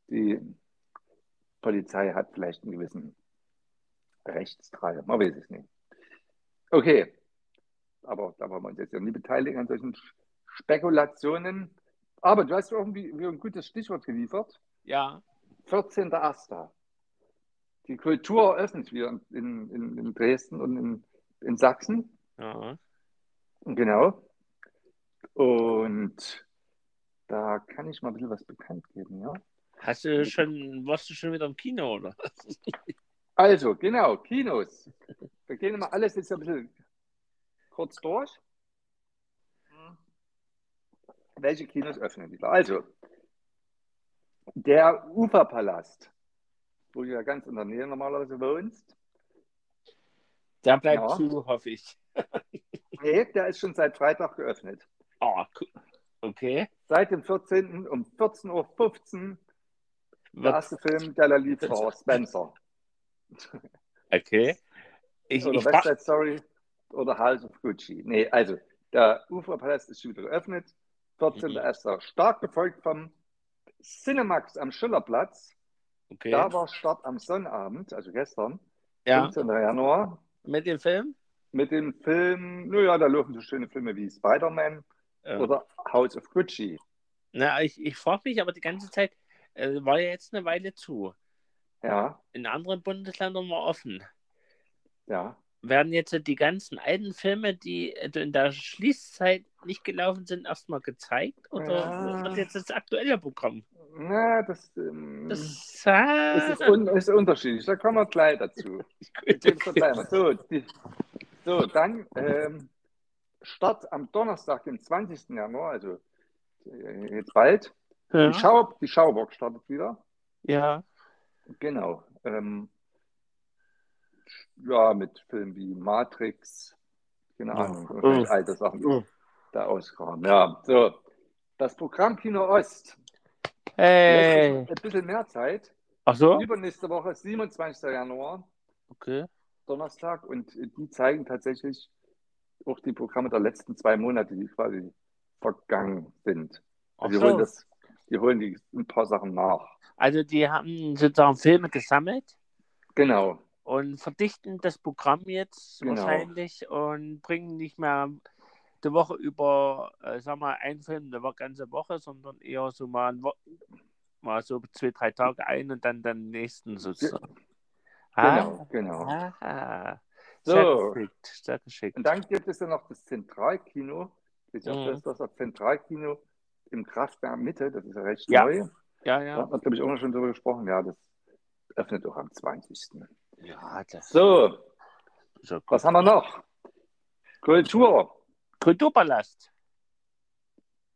Speaker 1: die Polizei hat vielleicht einen gewissen Rechtstreiber, man weiß es nicht. Okay, aber da wollen wir uns jetzt ja nie beteiligen an solchen Spekulationen. Aber du hast irgendwie mir ein gutes Stichwort geliefert.
Speaker 2: Ja,
Speaker 1: 14.01. Die Kultur eröffnet wieder in, in, in Dresden und in, in Sachsen.
Speaker 2: ja.
Speaker 1: Genau. Und da kann ich mal ein bisschen was bekannt geben, ja?
Speaker 2: Hast
Speaker 1: Hm.
Speaker 2: du schon, warst du schon wieder im Kino, oder?
Speaker 1: Also, genau, Kinos. Wir gehen mal alles jetzt ein bisschen kurz durch. Welche Kinos öffnen wieder? Also, der Uferpalast, wo du ja ganz in der Nähe normalerweise wohnst.
Speaker 2: Der bleibt
Speaker 1: Ja.
Speaker 2: zu, hoffe ich.
Speaker 1: Nee, der ist schon seit Freitag geöffnet.
Speaker 2: Ah, cool. okay.
Speaker 1: Seit dem 14. um 14.15 Uhr der
Speaker 2: Was?
Speaker 1: erste Film, der da lief, war Horst Spencer.
Speaker 2: Okay. Ich,
Speaker 1: oder
Speaker 2: ich
Speaker 1: West
Speaker 2: frag,
Speaker 1: Side Story oder House of Gucci. Nee, also der Uferpalast ist schon wieder geöffnet.
Speaker 2: Mhm.
Speaker 1: 14.01. Stark gefolgt vom Cinemax am Schillerplatz.
Speaker 2: okay.
Speaker 1: Da war Start am Sonnabend, also gestern,
Speaker 2: ja,
Speaker 1: 15. Januar,
Speaker 2: mit dem Film?
Speaker 1: mit dem Film, naja, da laufen so schöne Filme wie Spider-Man
Speaker 2: Ja.
Speaker 1: oder House of Gucci.
Speaker 2: Na, ich, ich frage mich aber die ganze Zeit, äh, war ja jetzt eine Weile zu.
Speaker 1: Ja,
Speaker 2: In anderen Bundesländern war offen.
Speaker 1: ja.
Speaker 2: Werden jetzt die ganzen alten Filme, die äh, in der Schließzeit nicht gelaufen sind, erstmal gezeigt? Oder
Speaker 1: Ja.
Speaker 2: wird jetzt das aktuelle Programm?
Speaker 1: Na, das, ähm,
Speaker 2: Das
Speaker 1: ist,
Speaker 2: Ah,
Speaker 1: ist, un ist unterschiedlich. Da kommen wir gleich dazu.
Speaker 2: gut,
Speaker 1: James
Speaker 2: okay.
Speaker 1: Verteiler. So, die, so, dann ähm, Start am Donnerstag, dem 20. Januar, also äh, jetzt bald. Die,
Speaker 2: Ja.
Speaker 1: Schau, die Schaubox startet wieder.
Speaker 2: ja.
Speaker 1: Genau. Ähm, ja, mit Filmen wie Matrix, keine Ahnung,
Speaker 2: Ja. Oh.
Speaker 1: irgendwelche alte Sachen
Speaker 2: Ja.
Speaker 1: da ausgraben. Ja, so. Das Programm Kino Ost.
Speaker 2: Hey.
Speaker 1: Lässt sich Ein bisschen mehr Zeit.
Speaker 2: Ach so?
Speaker 1: Übernächste Woche, 27. Januar.
Speaker 2: Okay.
Speaker 1: Donnerstag und die zeigen tatsächlich auch die Programme der letzten zwei Monate, die quasi vergangen sind.
Speaker 2: Ach
Speaker 1: Also die, holen
Speaker 2: so.
Speaker 1: das, die holen die ein paar Sachen nach.
Speaker 2: Also die haben sozusagen Filme gesammelt
Speaker 1: Genau,
Speaker 2: und verdichten das Programm jetzt
Speaker 1: Genau.
Speaker 2: wahrscheinlich und bringen nicht mehr die Woche über, äh, sag mal, einen Film, der war ganze Woche, sondern eher so mal, ein Wo mal so zwei, drei Tage ein und dann den nächsten sozusagen.
Speaker 1: Genau, genau.
Speaker 2: Ah, ah.
Speaker 1: So.
Speaker 2: Sehr geschickt, sehr geschickt.
Speaker 1: Und dann gibt es ja noch das Zentralkino. Ich
Speaker 2: Mhm.
Speaker 1: habe das, das das Zentralkino im Kraftwerk Mitte, das ist ja recht
Speaker 2: Ja.
Speaker 1: neu.
Speaker 2: ja,
Speaker 1: Da
Speaker 2: ja.
Speaker 1: hat man, glaube ich, auch noch schon drüber gesprochen. Ja, das öffnet auch am 20.
Speaker 2: Ja, das
Speaker 1: So,
Speaker 2: ist ja gut.
Speaker 1: was haben wir noch? Kultur.
Speaker 2: Kulturpalast.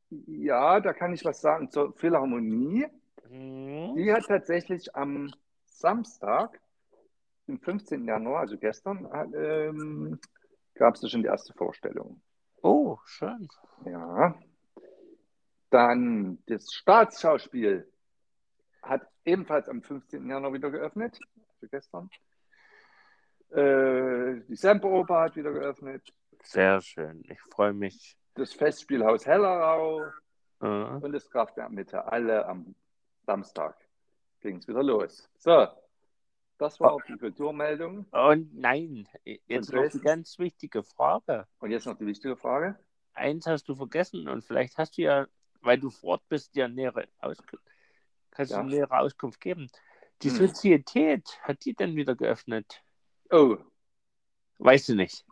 Speaker 1: Ja, da kann ich was sagen zur Philharmonie.
Speaker 2: Hm.
Speaker 1: Die hat tatsächlich am Samstag, dem 15. Januar, also gestern, hat, ähm, gab es schon die erste Vorstellung.
Speaker 2: Oh, schön.
Speaker 1: Ja. Dann das Staatsschauspiel hat ebenfalls am 15. Januar wieder geöffnet, also gestern. Äh, die Semperoper hat wieder geöffnet.
Speaker 2: Sehr schön. Ich freue mich.
Speaker 1: Das Festspielhaus Hellerau
Speaker 2: Äh,
Speaker 1: und das Kraftwerk Mitte. Alle am Samstag ging es wieder los. So, das war auch die Kulturmeldung.
Speaker 2: Und Oh, nein, jetzt
Speaker 1: Und
Speaker 2: noch eine
Speaker 1: Dresden?
Speaker 2: ganz wichtige Frage.
Speaker 1: Und jetzt noch die wichtige Frage.
Speaker 2: eins hast du vergessen und vielleicht hast du ja, weil du fort bist, ja nähere Auskunft, kannst
Speaker 1: Ja.
Speaker 2: du nähere Auskunft geben. Die
Speaker 1: Hm.
Speaker 2: Sozietät, hat die denn wieder geöffnet?
Speaker 1: Oh,
Speaker 2: Weißt du nicht.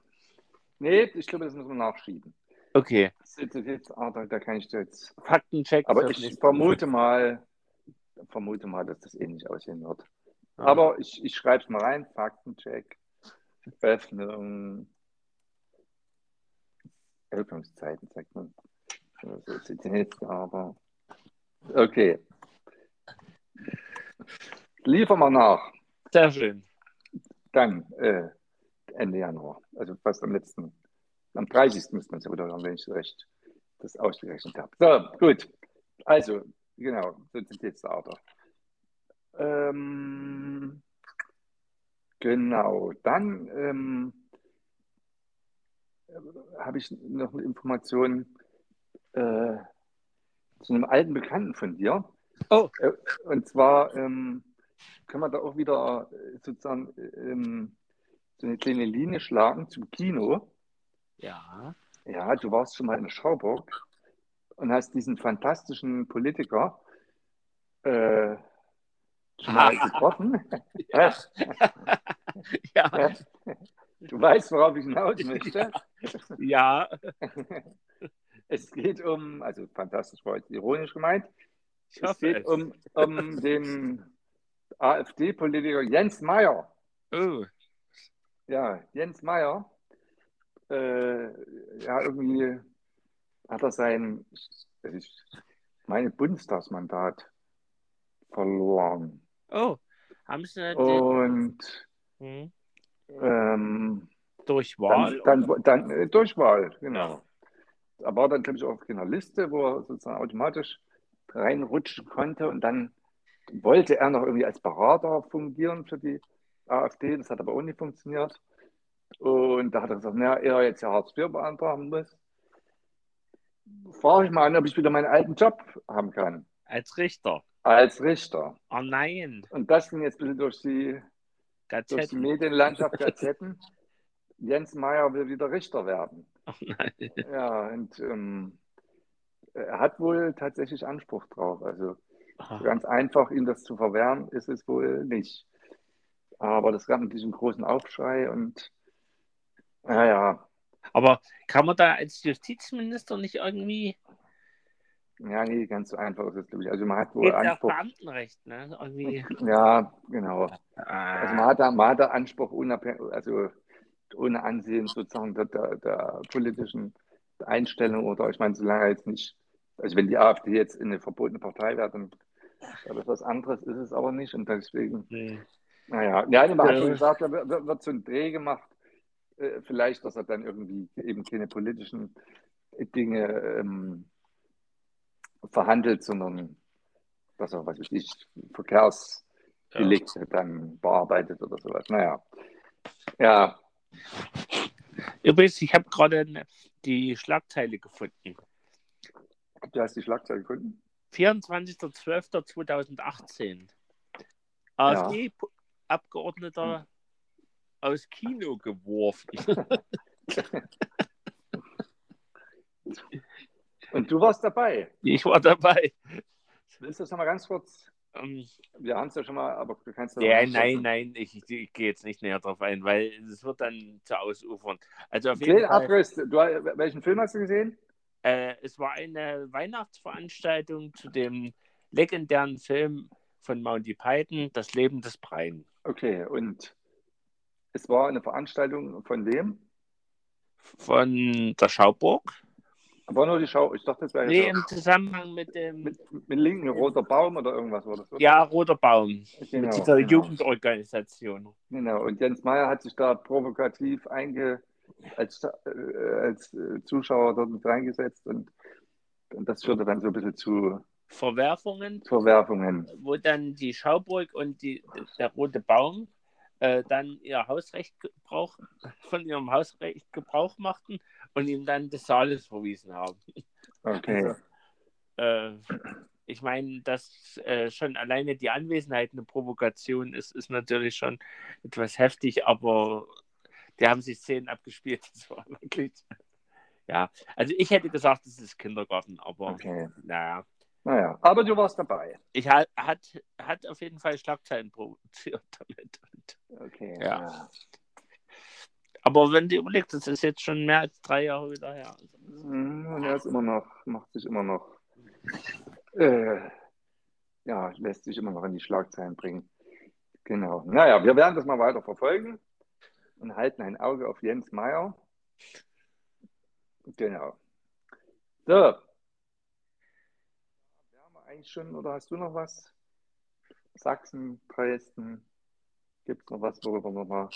Speaker 1: nee, ich glaube, das müssen wir nachschieben.
Speaker 2: Okay,
Speaker 1: Das ist jetzt, ah, da, da kann ich jetzt
Speaker 2: Faktencheck.
Speaker 1: Aber
Speaker 2: das
Speaker 1: ich
Speaker 2: nächste
Speaker 1: vermute mal, vermute mal, dass das ähnlich aussehen wird.
Speaker 2: Mal.
Speaker 1: Aber ich, ich schreibe es mal rein, Faktencheck, Öffnung, Öffnungszeiten, sagt man. Ja, So ist es jetzt, aber okay. Liefern wir nach,
Speaker 2: Sehr schön.
Speaker 1: dann äh, Ende Januar, also fast am letzten, am 30. müsste man es ja wieder haben, wenn ich recht das ausgerechnet habe. So, gut. Also, genau, so sind jetzt aber. Ähm, genau, dann ähm, habe ich noch eine Information äh, zu einem alten Bekannten von dir.
Speaker 2: Oh.
Speaker 1: Äh, und zwar ähm, können wir da auch wieder äh, sozusagen äh, ähm, so eine kleine Linie schlagen zum Kino.
Speaker 2: Ja.
Speaker 1: Ja, du warst schon mal in Schauburg und hast diesen fantastischen Politiker äh, schon mal getroffen.
Speaker 2: Ja.
Speaker 1: Du weißt, worauf ich hinaus möchte.
Speaker 2: Ja.
Speaker 1: Es geht um, also fantastisch war jetzt ironisch gemeint,
Speaker 2: Ich
Speaker 1: es
Speaker 2: hoffe
Speaker 1: geht
Speaker 2: es.
Speaker 1: um, um den AfD-Politiker Jens Meyer.
Speaker 2: Oh.
Speaker 1: Ja, Jens Meyer, äh, ja, irgendwie hat er sein, also ich meine, Bundestagsmandat verloren.
Speaker 2: oh. Haben sie denn
Speaker 1: Oh.
Speaker 2: den
Speaker 1: Und
Speaker 2: hm,
Speaker 1: ähm,
Speaker 2: durch Wahl?
Speaker 1: dann, dann, dann äh, Durchwahl, genau. Er war dann, glaube ich, auf einer Liste, wo er sozusagen automatisch reinrutschen konnte und dann wollte er noch irgendwie als Berater fungieren für die AfD, das hat aber auch nicht funktioniert. Und da hat er gesagt, naja, er jetzt ja Hartz IV beantragen muss. Frage ich mal an, ob ich wieder meinen alten Job haben kann,
Speaker 2: als Richter.
Speaker 1: als Richter.
Speaker 2: Oh nein.
Speaker 1: Und das ging jetzt ein bisschen durch die durch die
Speaker 2: Gazetten.
Speaker 1: Medienlandschaft Gazetten. Jens Meyer will wieder Richter werden.
Speaker 2: Oh nein.
Speaker 1: Ja, und ähm, er hat wohl tatsächlich Anspruch drauf. Also
Speaker 2: Ah.
Speaker 1: so ganz einfach, ihm das zu verwehren, ist es wohl nicht. Aber das gab natürlich einen großen Aufschrei und naja,
Speaker 2: Aber kann man da als Justizminister nicht irgendwie
Speaker 1: ja, nee, ganz so einfach ist es, glaube ich. Also man hat wohl
Speaker 2: Geht nach
Speaker 1: Anspruch.
Speaker 2: Beamtenrecht, ne? Irgendwie.
Speaker 1: Ja, genau. Also man
Speaker 2: Ah,
Speaker 1: hat da, man hat da Anspruch unabhängig, also ohne Ansehen sozusagen der, der, der politischen Einstellung oder ich meine, solange jetzt nicht, also wenn die AfD jetzt in eine verbotene Partei wird, dann aber was anderes ist es aber nicht und deswegen,
Speaker 2: nee.
Speaker 1: naja, ja, man hat
Speaker 2: Äh.
Speaker 1: schon gesagt, da wird, wird so ein Dreh gemacht, äh, vielleicht, dass er dann irgendwie eben keine politischen Dinge ähm, verhandelt, sondern dass er, was weiß ich, Verkehrs
Speaker 2: ja.
Speaker 1: Delikte dann bearbeitet oder sowas. Naja. Ja,
Speaker 2: Übrigens, ich habe gerade ne- die Schlagzeile gefunden.
Speaker 1: du hast die Schlagzeile gefunden?
Speaker 2: 24.12.2018. AfD-Abgeordneter
Speaker 1: Hm.
Speaker 2: aus Kino geworfen.
Speaker 1: Und du warst dabei.
Speaker 2: Ich war dabei.
Speaker 1: Willst du das nochmal ganz kurz?
Speaker 2: Ähm,
Speaker 1: Wir haben es ja schon mal, aber du kannst noch
Speaker 2: ja,
Speaker 1: mal
Speaker 2: nein, nein, ich, ich gehe jetzt nicht näher drauf ein, weil es wird dann zu ausufern. Also auf jeden Fall,
Speaker 1: Grillabriss, du, welchen Film hast du gesehen?
Speaker 2: äh, es war eine Weihnachtsveranstaltung zu dem legendären Film von Monty Python, Das Leben des Brian.
Speaker 1: Okay, und es war eine Veranstaltung von wem?
Speaker 2: Von der Schauburg.
Speaker 1: War nur die Schau, ich dachte, das wäre
Speaker 2: Nee,
Speaker 1: jetzt
Speaker 2: im Zusammenhang mit dem
Speaker 1: Also mit, mit linken roter Baum oder irgendwas war das. oder?
Speaker 2: Ja, Roter Baum,
Speaker 1: genau,
Speaker 2: mit dieser
Speaker 1: genau.
Speaker 2: Jugendorganisation.
Speaker 1: Genau, und Jens Meyer hat sich da provokativ einge, als, äh, als äh, Zuschauer dort mit reingesetzt und, und das führte dann so ein bisschen zu
Speaker 2: Verwerfungen,
Speaker 1: Verwerfungen.
Speaker 2: wo dann die Schauburg und die, der Rote Baum äh, dann ihr Hausrecht Gebrauch, von ihrem Hausrecht Gebrauch machten und ihm dann des Saales verwiesen haben.
Speaker 1: Okay.
Speaker 2: Also, Äh, ich meine, dass äh, schon alleine die Anwesenheit eine Provokation ist, ist natürlich schon etwas heftig, aber die haben sich Szenen abgespielt. Das war wirklich. Ja, also ich hätte gesagt, es ist Kindergarten, aber
Speaker 1: okay.
Speaker 2: naja.
Speaker 1: Naja, aber du warst dabei.
Speaker 2: Ich ha hat, hat auf jeden Fall Schlagzeilen provoziert damit. Und,
Speaker 1: Okay.
Speaker 2: Ja. aber wenn du überlegst, das ist jetzt schon mehr als drei Jahre wieder her. also.
Speaker 1: Mhm, Er ist immer noch, macht sich immer noch, äh, ja, lässt sich immer noch in die Schlagzeilen bringen. Genau. Naja, wir werden das mal weiter verfolgen und halten ein Auge auf Jens Meyer. Genau. So. Wir haben eigentlich schon, oder hast du noch was? Sachsen, Dresden. Gibt es noch was, worüber wir mal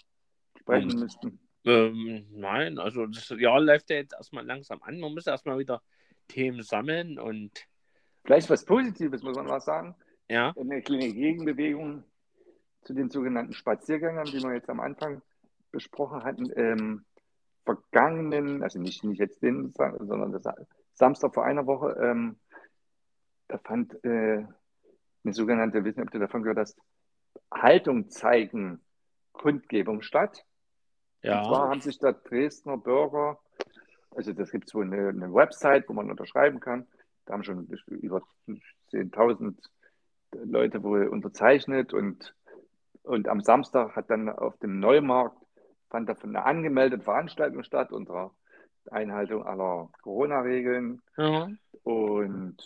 Speaker 1: sprechen
Speaker 2: Hm.
Speaker 1: müssten?
Speaker 2: Ähm, nein, also das Jahr läuft ja jetzt erstmal langsam an. Man muss erstmal wieder Themen sammeln und
Speaker 1: Vielleicht was Positives, muss man mal sagen.
Speaker 2: ja,
Speaker 1: eine kleine Gegenbewegung zu den sogenannten Spaziergängern, die wir jetzt am Anfang besprochen hatten, ähm, vergangenen, also nicht, nicht jetzt den, Sa- sondern das Sa- Samstag vor einer Woche, ähm, da fand äh, eine sogenannte, wissen ob du davon gehört hast, Haltung zeigen, Kundgebung statt. Und zwar
Speaker 2: ja.
Speaker 1: haben sich da Dresdner Bürger, also das gibt so eine, eine Website, wo man unterschreiben kann. Da haben schon über 10.000 Leute wohl unterzeichnet und, und am Samstag hat dann auf dem Neumarkt fand da eine angemeldete Veranstaltung statt unter Einhaltung aller Corona-Regeln.
Speaker 2: ja.
Speaker 1: Und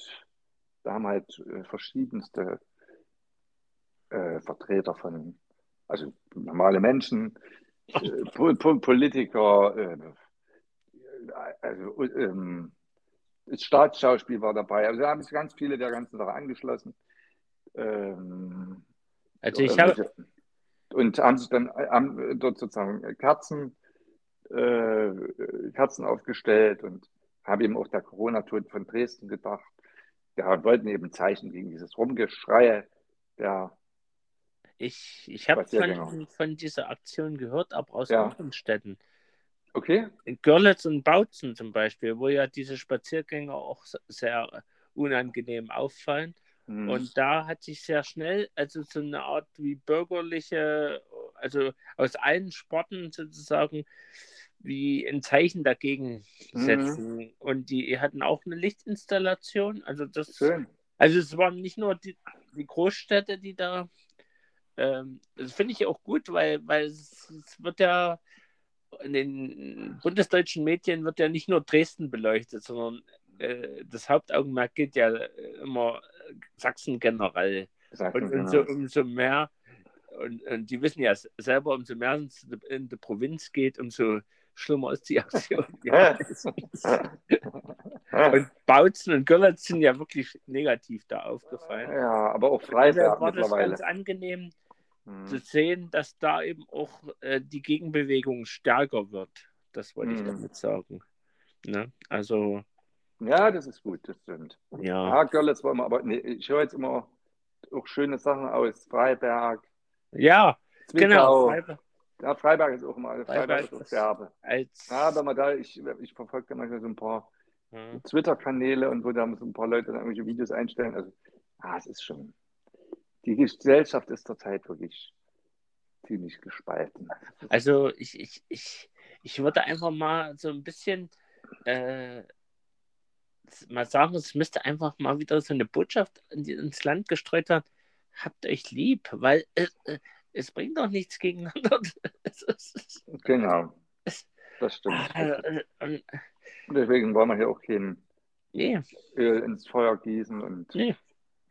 Speaker 1: da haben halt äh, verschiedenste äh, Vertreter von, also normale Menschen, äh, Po- Po- Politiker, äh, äh, also, äh, ähm, das Staatsschauspiel war dabei. Also da haben sich ganz viele der ganzen Sache angeschlossen. Ähm,
Speaker 2: Also ich habe
Speaker 1: und haben sich dann äh, haben dort sozusagen Kerzen, äh, Kerzen aufgestellt und haben eben auch der Corona-Tod von Dresden gedacht. Ja, wollten eben Zeichen gegen dieses Rumgeschreie der
Speaker 2: ich, ich hab
Speaker 1: Spaziergänger.
Speaker 2: von, von dieser Aktion gehört, aber aus
Speaker 1: Ja.
Speaker 2: anderen Städten.
Speaker 1: Okay,
Speaker 2: In Görlitz und Bautzen zum Beispiel, wo ja diese Spaziergänger auch se- sehr unangenehm auffallen.
Speaker 1: Hm.
Speaker 2: Und da hat sich sehr schnell, also so eine Art wie bürgerliche, also aus allen Sporten sozusagen, wie ein Zeichen dagegen setzen. Und die hatten auch eine Lichtinstallation. Also das,
Speaker 1: schön.
Speaker 2: also es waren nicht nur die, die Großstädte, die da, ähm, das finde ich auch gut, weil, weil es, es wird ja in den bundesdeutschen Medien wird ja nicht nur Dresden beleuchtet, sondern äh, das Hauptaugenmerk geht ja äh, immer äh, Sachsen generell.
Speaker 1: Sagt
Speaker 2: Und
Speaker 1: man
Speaker 2: umso,
Speaker 1: genau.
Speaker 2: umso mehr, und, und die wissen ja s- selber, umso mehr es in die- in die Provinz geht, umso schlimmer ist die Aktion. ja. Und Bautzen und Görlitz sind ja wirklich negativ da aufgefallen.
Speaker 1: ja, aber auch
Speaker 2: Also
Speaker 1: Freiberg
Speaker 2: war das
Speaker 1: mittlerweile.
Speaker 2: ganz angenehm
Speaker 1: Hm.
Speaker 2: zu sehen, dass da eben auch äh, die Gegenbewegung stärker wird. Das wollte ich
Speaker 1: Mhm.
Speaker 2: damit sagen. Ne? Also,
Speaker 1: Ja, das ist gut, das stimmt.
Speaker 2: ja.
Speaker 1: Ja, Görlitz war immer, aber nee, ich höre jetzt immer auch schöne Sachen aus Freiberg,
Speaker 2: Ja,
Speaker 1: Zwickau.
Speaker 2: genau. Freiburg
Speaker 1: Ja, Freiberg ist auch immer, Freiberg,
Speaker 2: Freiberg
Speaker 1: ist auch
Speaker 2: ist-
Speaker 1: Serbe.
Speaker 2: Als,
Speaker 1: Ja, wenn man da, ich, ich verfolge da manchmal so ein paar
Speaker 2: ja.
Speaker 1: Twitter-Kanäle und wo da so ein paar Leute dann irgendwelche Videos einstellen. Also, ah, es ist schon. Die Gesellschaft ist zurzeit wirklich ziemlich gespalten.
Speaker 2: Also ich, ich, ich, ich würde einfach mal so ein bisschen äh, mal sagen, es müsste einfach mal wieder so eine Botschaft in die- ins Land gestreut werden. Habt euch lieb, weil äh, äh, es bringt doch nichts gegeneinander. Es ist-
Speaker 1: Genau. Das stimmt.
Speaker 2: Ah, äh,
Speaker 1: ähm,
Speaker 2: äh,
Speaker 1: Und deswegen wollen wir hier auch kein
Speaker 2: nee,
Speaker 1: Öl ins Feuer gießen und
Speaker 2: Nee.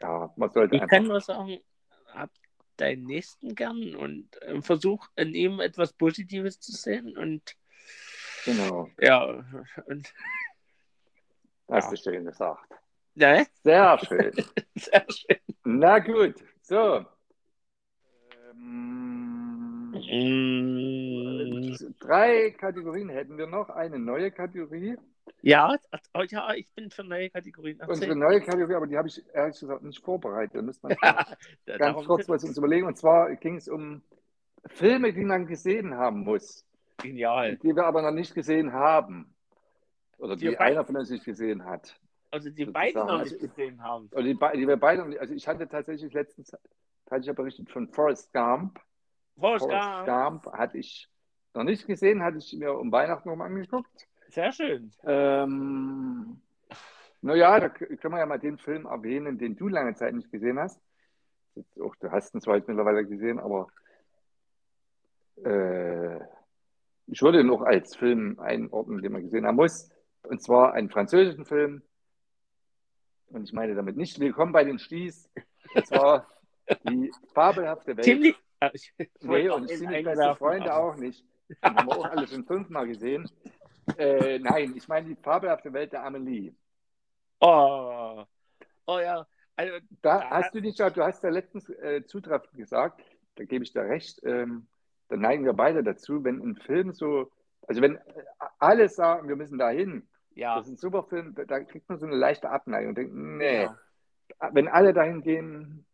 Speaker 1: ja, man sollte
Speaker 2: ich
Speaker 1: einfach.
Speaker 2: kann nur sagen, habt deinen Nächsten gern und äh, versuch in ihm etwas Positives zu sehen und
Speaker 1: Genau.
Speaker 2: ja, und
Speaker 1: Hast
Speaker 2: Ja.
Speaker 1: du schön gesagt.
Speaker 2: ne?
Speaker 1: Sehr schön.
Speaker 2: Sehr schön.
Speaker 1: Na gut. So. Ähm, Mhm.
Speaker 2: Mm.
Speaker 1: Äh, drei Kategorien hätten wir noch. Eine neue Kategorie.
Speaker 2: Ja, oh ja, ich bin für neue Kategorien.
Speaker 1: Unsere
Speaker 2: erzählt.
Speaker 1: neue Kategorie, aber die habe ich ehrlich gesagt nicht vorbereitet. Da müssen wir
Speaker 2: Da-
Speaker 1: ganz
Speaker 2: darum-
Speaker 1: kurz was uns überlegen. Und zwar ging es um Filme, die man gesehen haben muss,
Speaker 2: Genial.
Speaker 1: die wir aber noch nicht gesehen haben. Oder die,
Speaker 2: Die beiden-
Speaker 1: einer von uns nicht gesehen hat.
Speaker 2: Also die
Speaker 1: Sozusagen.
Speaker 2: beiden noch
Speaker 1: Also
Speaker 2: nicht
Speaker 1: ich-
Speaker 2: gesehen haben.
Speaker 1: Oder die, be- die wir beide, noch nicht- also ich hatte tatsächlich letztens, hatte ich ja berichtet von Forrest Gump.
Speaker 2: Forrest
Speaker 1: Forrest
Speaker 2: Gump.
Speaker 1: Gump hatte ich noch nicht gesehen, hatte ich mir um Weihnachten rum angeguckt.
Speaker 2: Sehr schön.
Speaker 1: Ähm, naja, da k- können wir ja mal den Film erwähnen, den du lange Zeit nicht gesehen hast. Jetzt Auch, du hast ihn zwar jetzt mittlerweile gesehen, aber äh, ich würde ihn auch als Film einordnen, den man gesehen haben muss. Und zwar einen französischen Film. Und ich meine damit nicht Willkommen bei den Sties. Und zwar die fabelhafte Welt.
Speaker 2: Ziemlich. Ja, Ich
Speaker 1: Nee,
Speaker 2: wollte
Speaker 1: und
Speaker 2: auch
Speaker 1: ziemlich
Speaker 2: einen
Speaker 1: beste
Speaker 2: einwerfen,
Speaker 1: Freunde
Speaker 2: aber-
Speaker 1: auch nicht. Die haben wir auch alle schon fünfmal gesehen. Äh, nein, ich meine die fabelhafte Welt der Amelie.
Speaker 2: Oh. oh ja. Also,
Speaker 1: Da
Speaker 2: Da-
Speaker 1: hast du dich ja, du hast ja letztens äh, zutreffend gesagt, da gebe ich dir recht, ähm, da neigen wir beide dazu, wenn ein Film so, also wenn äh, alle sagen, wir müssen dahin,
Speaker 2: ja.
Speaker 1: das ist ein super Film, da, da kriegt man so eine leichte Abneigung und denkt, nee,
Speaker 2: Genau.
Speaker 1: wenn alle dahin gehen,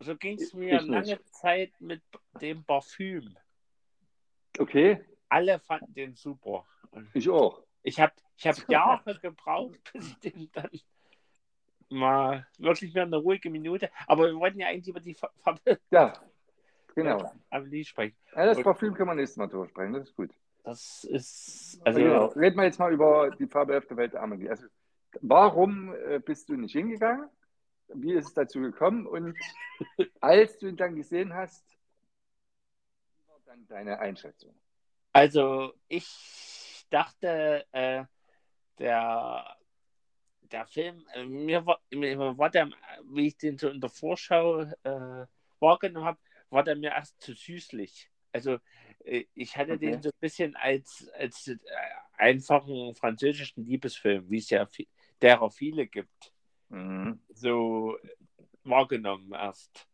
Speaker 2: So ging es
Speaker 1: Ich
Speaker 2: mir
Speaker 1: nicht.
Speaker 2: lange Zeit mit dem Parfüm.
Speaker 1: okay,
Speaker 2: Alle fanden den super.
Speaker 1: ich auch.
Speaker 2: Ich habe ich hab Jahre gebraucht, bis ich den dann mal wirklich mehr eine ruhige Minute. Aber wir wollten ja eigentlich über die Fa- Fabel
Speaker 1: Ja, genau.
Speaker 2: Amelie sprechen.
Speaker 1: Ja, das Parfüm können wir nächstes Mal drüber sprechen, das ist gut.
Speaker 2: Das ist. Also,
Speaker 1: genau. Reden wir jetzt mal über die fabelhafte Welt der Amelie. Also, warum äh, bist du nicht hingegangen? Wie ist es dazu gekommen? Und als du ihn dann gesehen hast, wie war dann deine Einschätzung?
Speaker 2: Also ich dachte, äh, der, der Film, äh, mir war, mir war der, wie ich den so in der Vorschau äh, wahrgenommen habe, war der mir erst zu süßlich. Also äh, ich hatte
Speaker 1: Okay.
Speaker 2: den so ein bisschen als, als äh, einfachen französischen Liebesfilm, wie es ja viel, derer viele gibt Mhm. so wahrgenommen erst.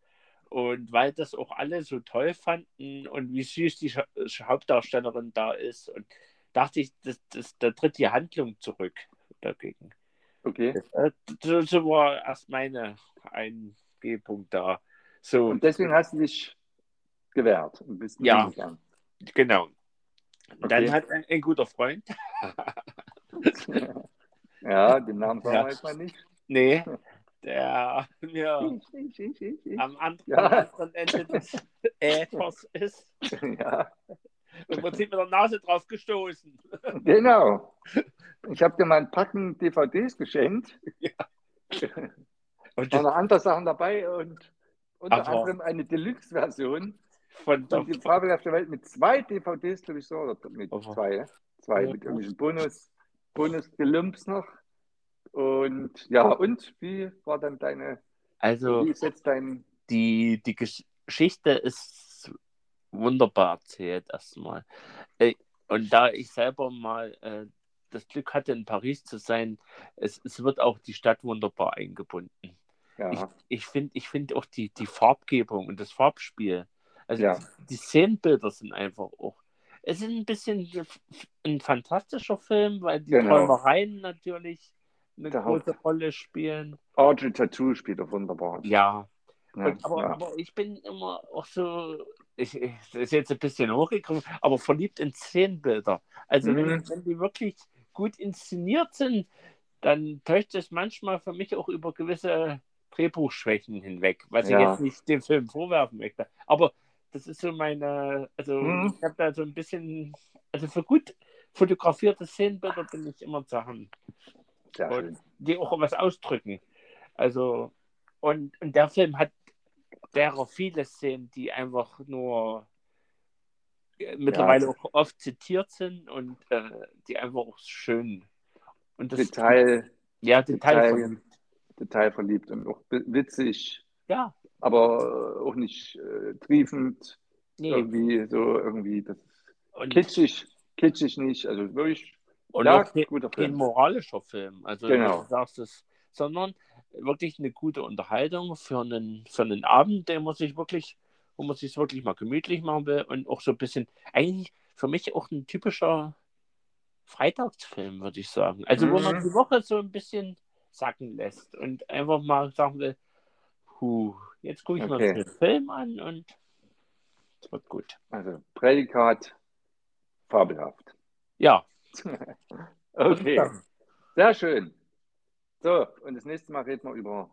Speaker 2: Und weil das auch alle so toll fanden und wie süß die Scha- Sch- Hauptdarstellerin da ist, und dachte ich, das, das, da tritt die Handlung zurück dagegen.
Speaker 1: Okay.
Speaker 2: Äh, So, so war erst meine Eingebung da. So,
Speaker 1: Und deswegen hast du dich gewehrt und bist nicht
Speaker 2: Ja.
Speaker 1: hingegangen.
Speaker 2: genau.
Speaker 1: Okay.
Speaker 2: Dann hat ein, ein guter Freund,
Speaker 1: Ja, den Namen sagen wir
Speaker 2: Ja.
Speaker 1: jetzt mal nicht.
Speaker 2: nee, der mir am anderen,
Speaker 1: Ja.
Speaker 2: anderen Ende des Äthers ist,
Speaker 1: Ja,
Speaker 2: im Prinzip mit der Nase drauf gestoßen.
Speaker 1: genau. Ich habe dir mal ein Packen DVDs geschenkt.
Speaker 2: Und
Speaker 1: Da
Speaker 2: das
Speaker 1: waren noch andere Sachen dabei und unter
Speaker 2: Aber-
Speaker 1: anderem eine Deluxe-Version
Speaker 2: von der
Speaker 1: und die fabelhafte Welt mit zwei DVDs, glaube ich so, oder mit
Speaker 2: Aha.
Speaker 1: zwei, zwei
Speaker 2: Ja.
Speaker 1: mit irgendwelchen Bonus, Bonus-Gelumps noch. Und ja, und wie war dann deine,
Speaker 2: Also
Speaker 1: wie ist jetzt dein,
Speaker 2: die, die Gesch- Geschichte ist wunderbar erzählt erstmal. Äh, Und da ich selber mal äh, das Glück hatte, in Paris zu sein, es, es wird auch die Stadt wunderbar eingebunden.
Speaker 1: ja,
Speaker 2: Ich finde ich find auch die, die Farbgebung und das Farbspiel. Also
Speaker 1: Ja.
Speaker 2: die, die Szenenbilder sind einfach auch. Es ist ein bisschen ein fantastischer Film, weil die
Speaker 1: Genau.
Speaker 2: Träumereien natürlich eine
Speaker 1: Der Haupt-
Speaker 2: große Rolle spielen.
Speaker 1: Audrey Tattoo spielt doch wunderbar.
Speaker 2: Ja,
Speaker 1: Ja,
Speaker 2: Und, aber,
Speaker 1: ja.
Speaker 2: aber ich bin immer auch so, ich, ich, das ist jetzt ein bisschen hochgekommen, aber verliebt in Szenenbilder. Also
Speaker 1: Mhm.
Speaker 2: wenn, wenn die wirklich gut inszeniert sind, dann täuscht es manchmal für mich auch über gewisse Drehbuchschwächen hinweg, was ich
Speaker 1: Ja.
Speaker 2: jetzt nicht dem Film vorwerfen möchte. Aber das ist so meine, also
Speaker 1: Mhm.
Speaker 2: ich habe da so ein bisschen, also für gut fotografierte Szenenbilder bin ich immer zu haben.
Speaker 1: Sehr
Speaker 2: Gut.
Speaker 1: schön.
Speaker 2: die auch was ausdrücken. Also, und, und der Film hat derer viele Szenen, die einfach nur äh, mittlerweile auch oft zitiert sind und äh, die einfach auch schön. Und das
Speaker 1: Detail,
Speaker 2: ja, Detail
Speaker 1: Detail- detailverliebt und auch bi- witzig,
Speaker 2: ja,
Speaker 1: aber äh, auch nicht äh, triefend.
Speaker 2: nee.
Speaker 1: Irgendwie so, irgendwie, das
Speaker 2: Und,
Speaker 1: kitschig, kitschig nicht. Also wirklich,
Speaker 2: und
Speaker 1: ja,
Speaker 2: auch kein,
Speaker 1: guter
Speaker 2: kein
Speaker 1: Film.
Speaker 2: moralischer Film. Also
Speaker 1: Genau.
Speaker 2: du sagst es, sondern wirklich eine gute Unterhaltung für einen, für einen Abend, den man sich wirklich, wo man sich wirklich mal gemütlich machen will und auch so ein bisschen, eigentlich für mich auch ein typischer Freitagsfilm, würde ich sagen. Also wo man
Speaker 1: Mhm.
Speaker 2: die Woche so ein bisschen sacken lässt und einfach mal sagen will, puh, jetzt gucke ich mal
Speaker 1: Okay.
Speaker 2: einen Film an und es wird gut.
Speaker 1: Also Prädikat, fabelhaft.
Speaker 2: Ja,
Speaker 1: Okay,
Speaker 2: Ja.
Speaker 1: sehr schön. So, und das nächste Mal reden wir über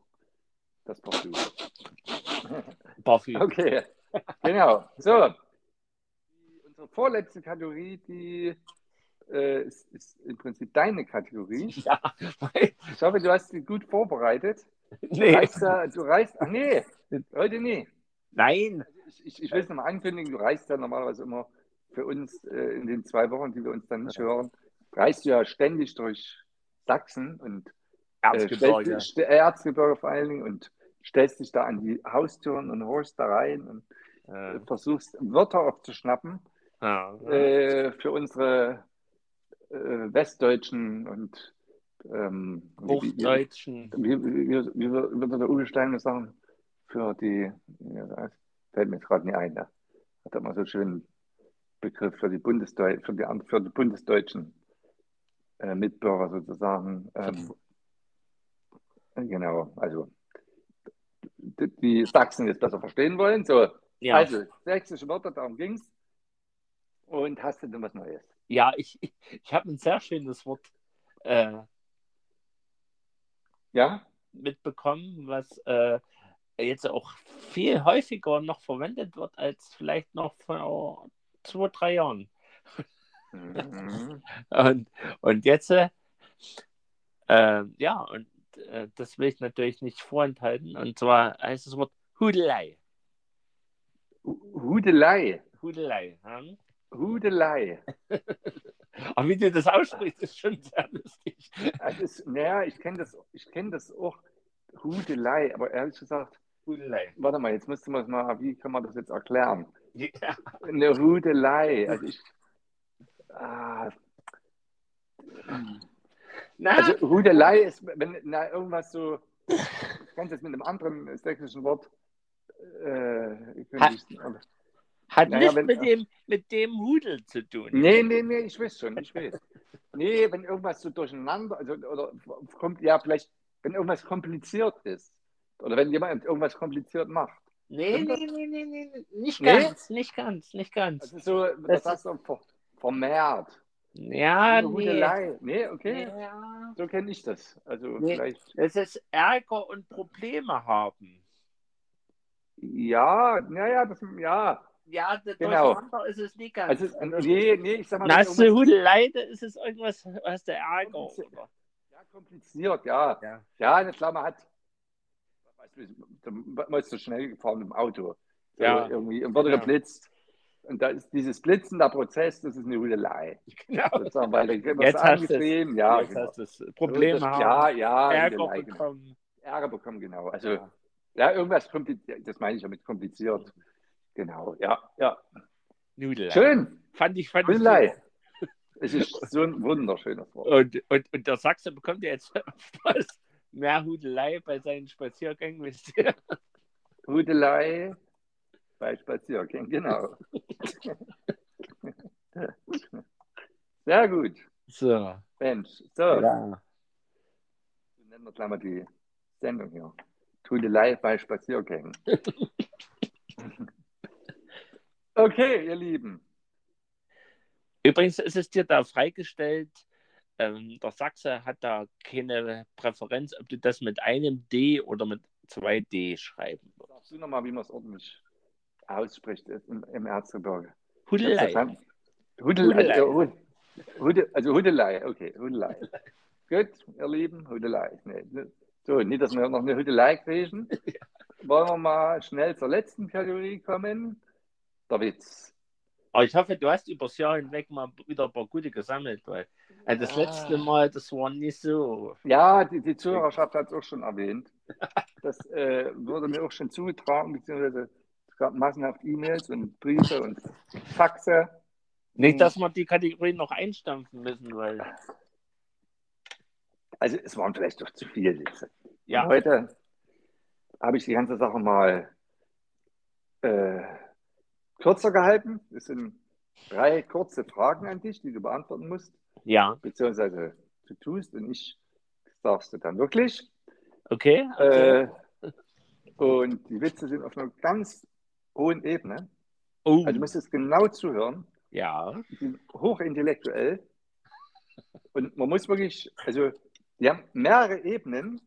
Speaker 1: das Parfüm.
Speaker 2: Buffy.
Speaker 1: Okay, genau. So, unsere vorletzte Kategorie, die äh, ist, ist im Prinzip deine Kategorie.
Speaker 2: Ja, weil,
Speaker 1: Ich hoffe, du hast sie gut vorbereitet. Du
Speaker 2: nee,
Speaker 1: reist, da, du reist ach nee, heute nie.
Speaker 2: nein.
Speaker 1: Ich, ich, ich will es nochmal ankündigen, du reist ja normalerweise immer für uns äh, in den zwei Wochen, die wir uns dann nicht hören, reist du ja ständig durch Sachsen und
Speaker 2: Erzgebirge.
Speaker 1: Äh, stellst, dich- äh, Erzgebirge vor allen Dingen und stellst dich da an die Haustüren und horchst da rein und
Speaker 2: Äh,
Speaker 1: versuchst Wörter aufzuschnappen
Speaker 2: ja.
Speaker 1: äh, für unsere äh, westdeutschen und ähm, wie- wie,
Speaker 2: Hochdeutschen.
Speaker 1: wie, wie, wie, wie würde der Uwe Stein das sagen? Für die, ja, das fällt mir jetzt gerade nicht ein, da hat er mal so einen schönen Begriff für die, Bundesdeu für die, Am- für die bundesdeutschen äh, Mitbürger sozusagen. Ähm, genau, also die, die Sachsen jetzt besser verstehen wollen. So,
Speaker 2: Ja,
Speaker 1: also sächsische Wörter, darum ging's. Und hast du denn was Neues?
Speaker 2: ja ich, ich, ich habe ein sehr schönes Wort äh,
Speaker 1: Ja?
Speaker 2: mitbekommen, was äh, jetzt auch viel häufiger noch verwendet wird als vielleicht noch vor zwei, drei Jahren.
Speaker 1: Mhm.
Speaker 2: Und, und jetzt, äh, äh, ja, und äh, das will ich natürlich nicht vorenthalten. Und zwar heißt das Wort Hudelei.
Speaker 1: Hudelei.
Speaker 2: Hudelei. Hm?
Speaker 1: Hudelei.
Speaker 2: Aber wie du das aussprichst, ist schon sehr lustig.
Speaker 1: Das ist, naja, ich kenne das, ich kenn das auch. Hudelei, aber ehrlich gesagt,
Speaker 2: Hudelei.
Speaker 1: warte mal, jetzt müsste man es mal, wie kann man das jetzt erklären?
Speaker 2: Ja.
Speaker 1: Eine Hudelei. Also ich. Ah,
Speaker 2: Na,
Speaker 1: also Hudelei ist, wenn na, irgendwas so. Ich kann es jetzt mit einem anderen sächsischen Wort. Äh, ich könnte
Speaker 2: Ha-
Speaker 1: nicht- aber-
Speaker 2: Hat
Speaker 1: Naja,
Speaker 2: nichts
Speaker 1: wenn-
Speaker 2: mit, dem, mit dem Hudel zu tun.
Speaker 1: nee, nee, nee, ich weiß schon, ich weiß. Nee, wenn irgendwas so durcheinander, also oder kommt, ja, vielleicht, wenn irgendwas kompliziert ist. Oder wenn jemand irgendwas kompliziert macht.
Speaker 2: Nee,
Speaker 1: Stimmt das?
Speaker 2: nee, nee, nee, nee, nee, nicht
Speaker 1: Nee?
Speaker 2: ganz, nicht ganz, nicht ganz.
Speaker 1: Also so, das hast du ver vermehrt.
Speaker 2: Ja,
Speaker 1: Eine
Speaker 2: Ah, nee.
Speaker 1: Hudelei. Nee, okay.
Speaker 2: Ja.
Speaker 1: So kenne ich das. Also
Speaker 2: Nee.
Speaker 1: vielleicht.
Speaker 2: Es ist Ärger und Probleme haben.
Speaker 1: Ja, naja, das ja.
Speaker 2: Ja,
Speaker 1: Genau.
Speaker 2: durcheinander ist es nicht ganz.
Speaker 1: Also nee, um nee, ich sag mal,
Speaker 2: Na,
Speaker 1: wenn
Speaker 2: hast du
Speaker 1: irgendwas
Speaker 2: Hudelei, da ist es irgendwas, hast du Ärger. Oder?
Speaker 1: ja, kompliziert, Um ja.
Speaker 2: Ja.
Speaker 1: Ja, na klar, man hat weißt du, man ist so schnell gefahren im Auto. So,
Speaker 2: Ja.
Speaker 1: Irgendwie und wurde
Speaker 2: Ja.
Speaker 1: geblitzt. Und da ist dieses Blitzen, der Prozess, das ist eine Hudelei.
Speaker 2: Genau.
Speaker 1: Sozusagen, weil da wird was
Speaker 2: Jetzt hast du's.
Speaker 1: angeschrieben, ja.
Speaker 2: Jetzt
Speaker 1: genau.
Speaker 2: hast du es. Probleme
Speaker 1: das, ja,
Speaker 2: haben,
Speaker 1: ja,
Speaker 2: Ärger
Speaker 1: Hudelei, genau.
Speaker 2: bekommen.
Speaker 1: Ärger bekommen, genau. Also,
Speaker 2: Ja.
Speaker 1: ja, irgendwas kompliziert, das meine ich ja mit kompliziert. Genau, ja, ja.
Speaker 2: Nudelei.
Speaker 1: Schön,
Speaker 2: Fand ich, fand ich.
Speaker 1: Hudelei. Es ist so ein wunderschönes Wort.
Speaker 2: Und, und, und der Sachse bekommt ja jetzt öfters mehr Hudelei bei seinen Spaziergängen, wisst ihr?
Speaker 1: Hudelei bei Spaziergängen, genau. Sehr gut,
Speaker 2: So.
Speaker 1: Mensch. So,
Speaker 2: Ja.
Speaker 1: wir nennen wir gleich mal die Sendung hier. Hudelei bei Spaziergängen. Okay, ihr Lieben.
Speaker 2: Übrigens ist es dir da freigestellt, ähm, der Sachse hat da keine Präferenz, ob du das mit einem D oder mit zwei D schreiben würdest.
Speaker 1: Sagst du nochmal, wie man es ordentlich ausspricht äh, im, im Erzgebirge?
Speaker 2: Hudelei.
Speaker 1: Hudelei.
Speaker 2: Hudelei.
Speaker 1: also Hudelei. Also, Hudelei, okay, Hudelei. Gut, ihr Lieben, Hüdelei. Nee, ne- so, nicht, dass wir noch eine Hüdelei kriegen. Wollen wir mal schnell zur letzten Kategorie kommen? Der Witz.
Speaker 2: Aber ich hoffe, du hast übers Jahr hinweg mal wieder ein paar gute gesammelt, weil äh, das
Speaker 1: Ja.
Speaker 2: letzte Mal, das war nicht so.
Speaker 1: Ja, die, die Zuhörerschaft hat es auch schon erwähnt. Das äh, wurde mir auch schon zugetragen, beziehungsweise es gab massenhaft E-Mails und Briefe und Faxe. Hm.
Speaker 2: Nicht, dass wir die Kategorien noch einstampfen müssen, weil.
Speaker 1: Also es waren vielleicht doch zu viele Witze.
Speaker 2: Ja,
Speaker 1: Und heute habe ich die ganze Sache mal äh, kürzer gehalten. Es sind drei kurze Fragen an dich, die du beantworten musst,
Speaker 2: ja,
Speaker 1: beziehungsweise du tust und ich das darfst du dann wirklich.
Speaker 2: okay. okay.
Speaker 1: Äh, und die Witze sind auf einer ganz hohen Ebene.
Speaker 2: oh,
Speaker 1: Also du musst jetzt genau zuhören.
Speaker 2: ja.
Speaker 1: Die sind hochintellektuell. Und man muss wirklich, also die haben mehrere Ebenen.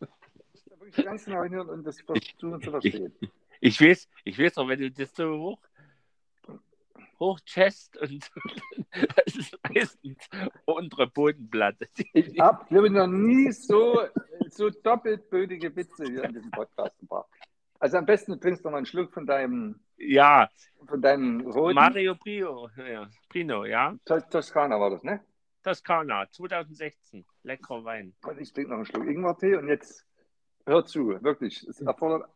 Speaker 1: Da wirklich ganz genau hinhören und das versuchen zu verstehen.
Speaker 2: Ich weiß, ich weiß noch, wenn du das so hoch, hoch chest und das ist meistens unsere Bodenplatte.
Speaker 1: Ich habe, glaube ich, noch nie so, so doppelbödige Witze hier in diesem Podcast gebracht. Also am besten trinkst du noch mal einen Schluck von deinem,
Speaker 2: Ja,
Speaker 1: von deinem roten
Speaker 2: Mario Brio, ja, Prino, ja.
Speaker 1: Tos- Toskana war das, ne?
Speaker 2: Toskana, 2016. Leckerer Wein.
Speaker 1: Und ich trinke noch einen Schluck Ingwertee und jetzt hör zu, wirklich. Es erfordert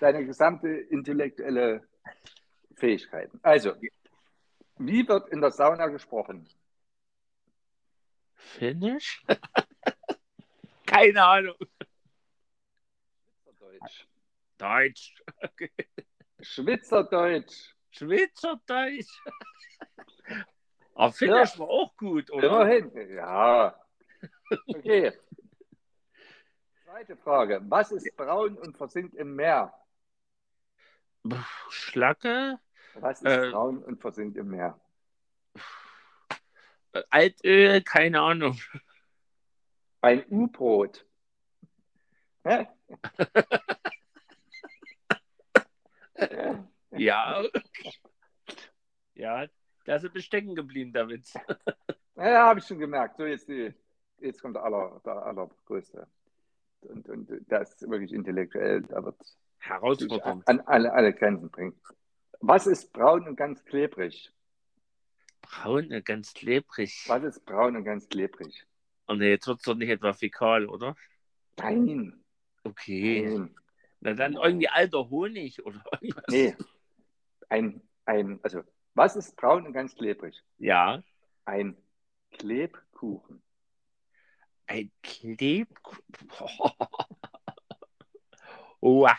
Speaker 1: deine gesamte intellektuelle Fähigkeiten. Also, wie wird in der Sauna gesprochen?
Speaker 2: Finnisch? Keine Ahnung.
Speaker 1: Schwitzerdeutsch.
Speaker 2: Deutsch.
Speaker 1: Schwitzerdeutsch.
Speaker 2: Schweizerdeutsch. Aber Finnisch war auch gut, oder?
Speaker 1: Immerhin. Ja. Okay. Zweite Frage. Was ist braun und versinkt im Meer?
Speaker 2: Pff, Schlacke,
Speaker 1: Was ist
Speaker 2: Äh.
Speaker 1: braun und versinkt im Meer?
Speaker 2: äh, Altöl, keine Ahnung.
Speaker 1: Ein U-Brot. Hä?
Speaker 2: Ja. ja, da sind wir stecken geblieben, der Witz.
Speaker 1: Ja, habe ich schon gemerkt. So, jetzt, die, jetzt kommt der, aller, der allergrößte. Und, und das ist wirklich intellektuell, da wird sich
Speaker 2: Herausforderung.
Speaker 1: an alle, alle Grenzen bringen. Was ist braun und ganz klebrig?
Speaker 2: Braun, äh, ganz klebrig.
Speaker 1: Was ist braun und ganz klebrig?
Speaker 2: Und jetzt wird es doch nicht etwa fäkal, oder?
Speaker 1: Nein.
Speaker 2: Okay.
Speaker 1: Nein.
Speaker 2: Na dann irgendwie alter Honig oder irgendwas.
Speaker 1: Nee. Ein, ein, also, was ist braun und ganz klebrig?
Speaker 2: Ja.
Speaker 1: Ein Klebkuchen.
Speaker 2: Ein Kleb. Oha.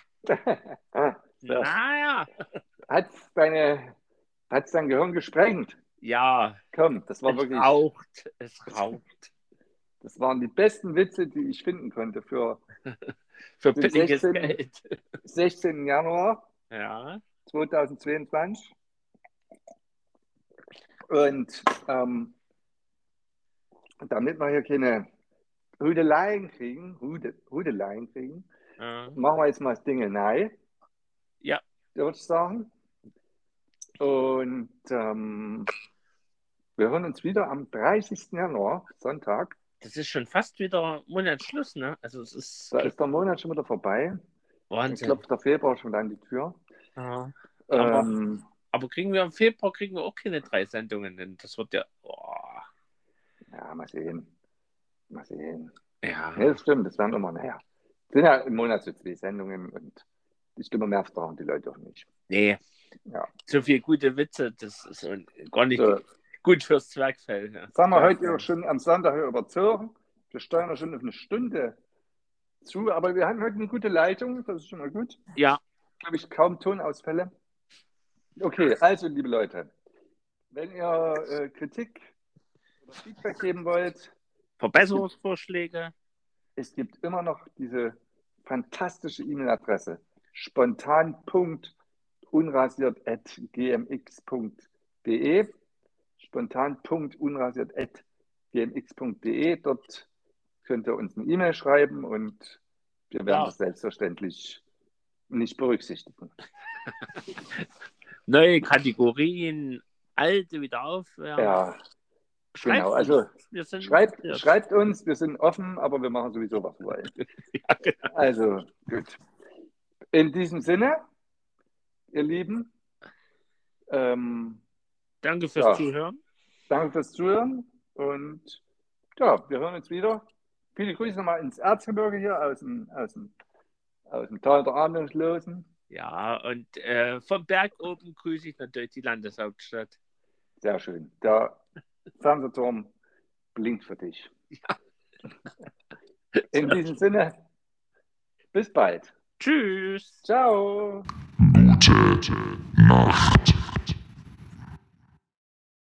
Speaker 1: Ah, Ja.
Speaker 2: Naja.
Speaker 1: hat deine, hat's dein Gehirn gesprengt?
Speaker 2: Ja,
Speaker 1: Komm, das war
Speaker 2: es
Speaker 1: wirklich.
Speaker 2: raucht. Es raucht.
Speaker 1: Das waren die besten Witze, die ich finden konnte für
Speaker 2: Für
Speaker 1: Sind
Speaker 2: billiges
Speaker 1: 16.
Speaker 2: Geld.
Speaker 1: 16. Januar
Speaker 2: Ja.
Speaker 1: 2022. Und ähm, damit wir hier keine Hudeleien kriegen, Hude, Hudeleien kriegen,
Speaker 2: ja.
Speaker 1: machen wir jetzt mal das Ding nein.
Speaker 2: Ja.
Speaker 1: Würde ich sagen. Und ähm, wir hören uns wieder am 30. Januar, Sonntag.
Speaker 2: Das ist schon fast wieder Monatsschluss, ne? Also es ist
Speaker 1: Da ist der Monat schon wieder vorbei. Dann
Speaker 2: Wahnsinn.
Speaker 1: klopft der Februar schon an die Tür.
Speaker 2: ja. Aber-
Speaker 1: Ähm,
Speaker 2: Aber kriegen wir im Februar kriegen wir auch keine drei Sendungen, denn das wird ja. Oh,
Speaker 1: ja, mal sehen. Mal sehen. Ja,
Speaker 2: ja.
Speaker 1: das stimmt, das werden immer, naja. Es sind ja im Monat so zwei Sendungen und die Stimme mehr vertrauen die Leute auch nicht.
Speaker 2: Nee.
Speaker 1: Ja.
Speaker 2: So viele gute Witze, das ist so gar nicht
Speaker 1: So,
Speaker 2: gut fürs Zwergfell. Ja.
Speaker 1: jetzt haben wir heute auch schon am Sonntag hier überzogen. Wir steuern ja schon auf eine Stunde zu, aber wir haben heute eine gute Leitung, das ist schon mal gut.
Speaker 2: Ja,
Speaker 1: Glaube ich, kaum Tonausfälle. Okay, also, liebe Leute, wenn ihr äh, Kritik oder Feedback geben wollt,
Speaker 2: Verbesserungsvorschläge.
Speaker 1: es gibt immer noch diese fantastische E-Mail-Adresse spontan.unrasiert.gmx.de spontan.unrasiert.gmx.de Dort könnt ihr uns eine E-Mail schreiben und wir werden
Speaker 2: Ja.
Speaker 1: das selbstverständlich nicht berücksichtigen.
Speaker 2: Neue Kategorien, alte wieder aufwärmen.
Speaker 1: Ja,
Speaker 2: Schreibt's
Speaker 1: Genau, also-
Speaker 2: uns. wir sind
Speaker 1: Schreibt,
Speaker 2: interessiert.
Speaker 1: schreibt uns, wir sind offen, aber wir machen sowieso was dabei.
Speaker 2: Ja, genau.
Speaker 1: Also, gut. In diesem Sinne, ihr Lieben, ähm,
Speaker 2: Danke fürs
Speaker 1: Ja.
Speaker 2: Zuhören.
Speaker 1: danke fürs Zuhören und ja, wir hören uns wieder. Viele Grüße nochmal ins Erzgebirge hier aus dem, aus dem, aus dem Tal der Ahnungslosen.
Speaker 2: Ja, und äh, vom Berg oben grüße ich natürlich die Landeshauptstadt.
Speaker 1: Sehr schön. Der Fernsehturm blinkt für dich. In diesem Sinne, bis bald.
Speaker 2: Tschüss!
Speaker 1: Ciao.
Speaker 3: Noted Nacht.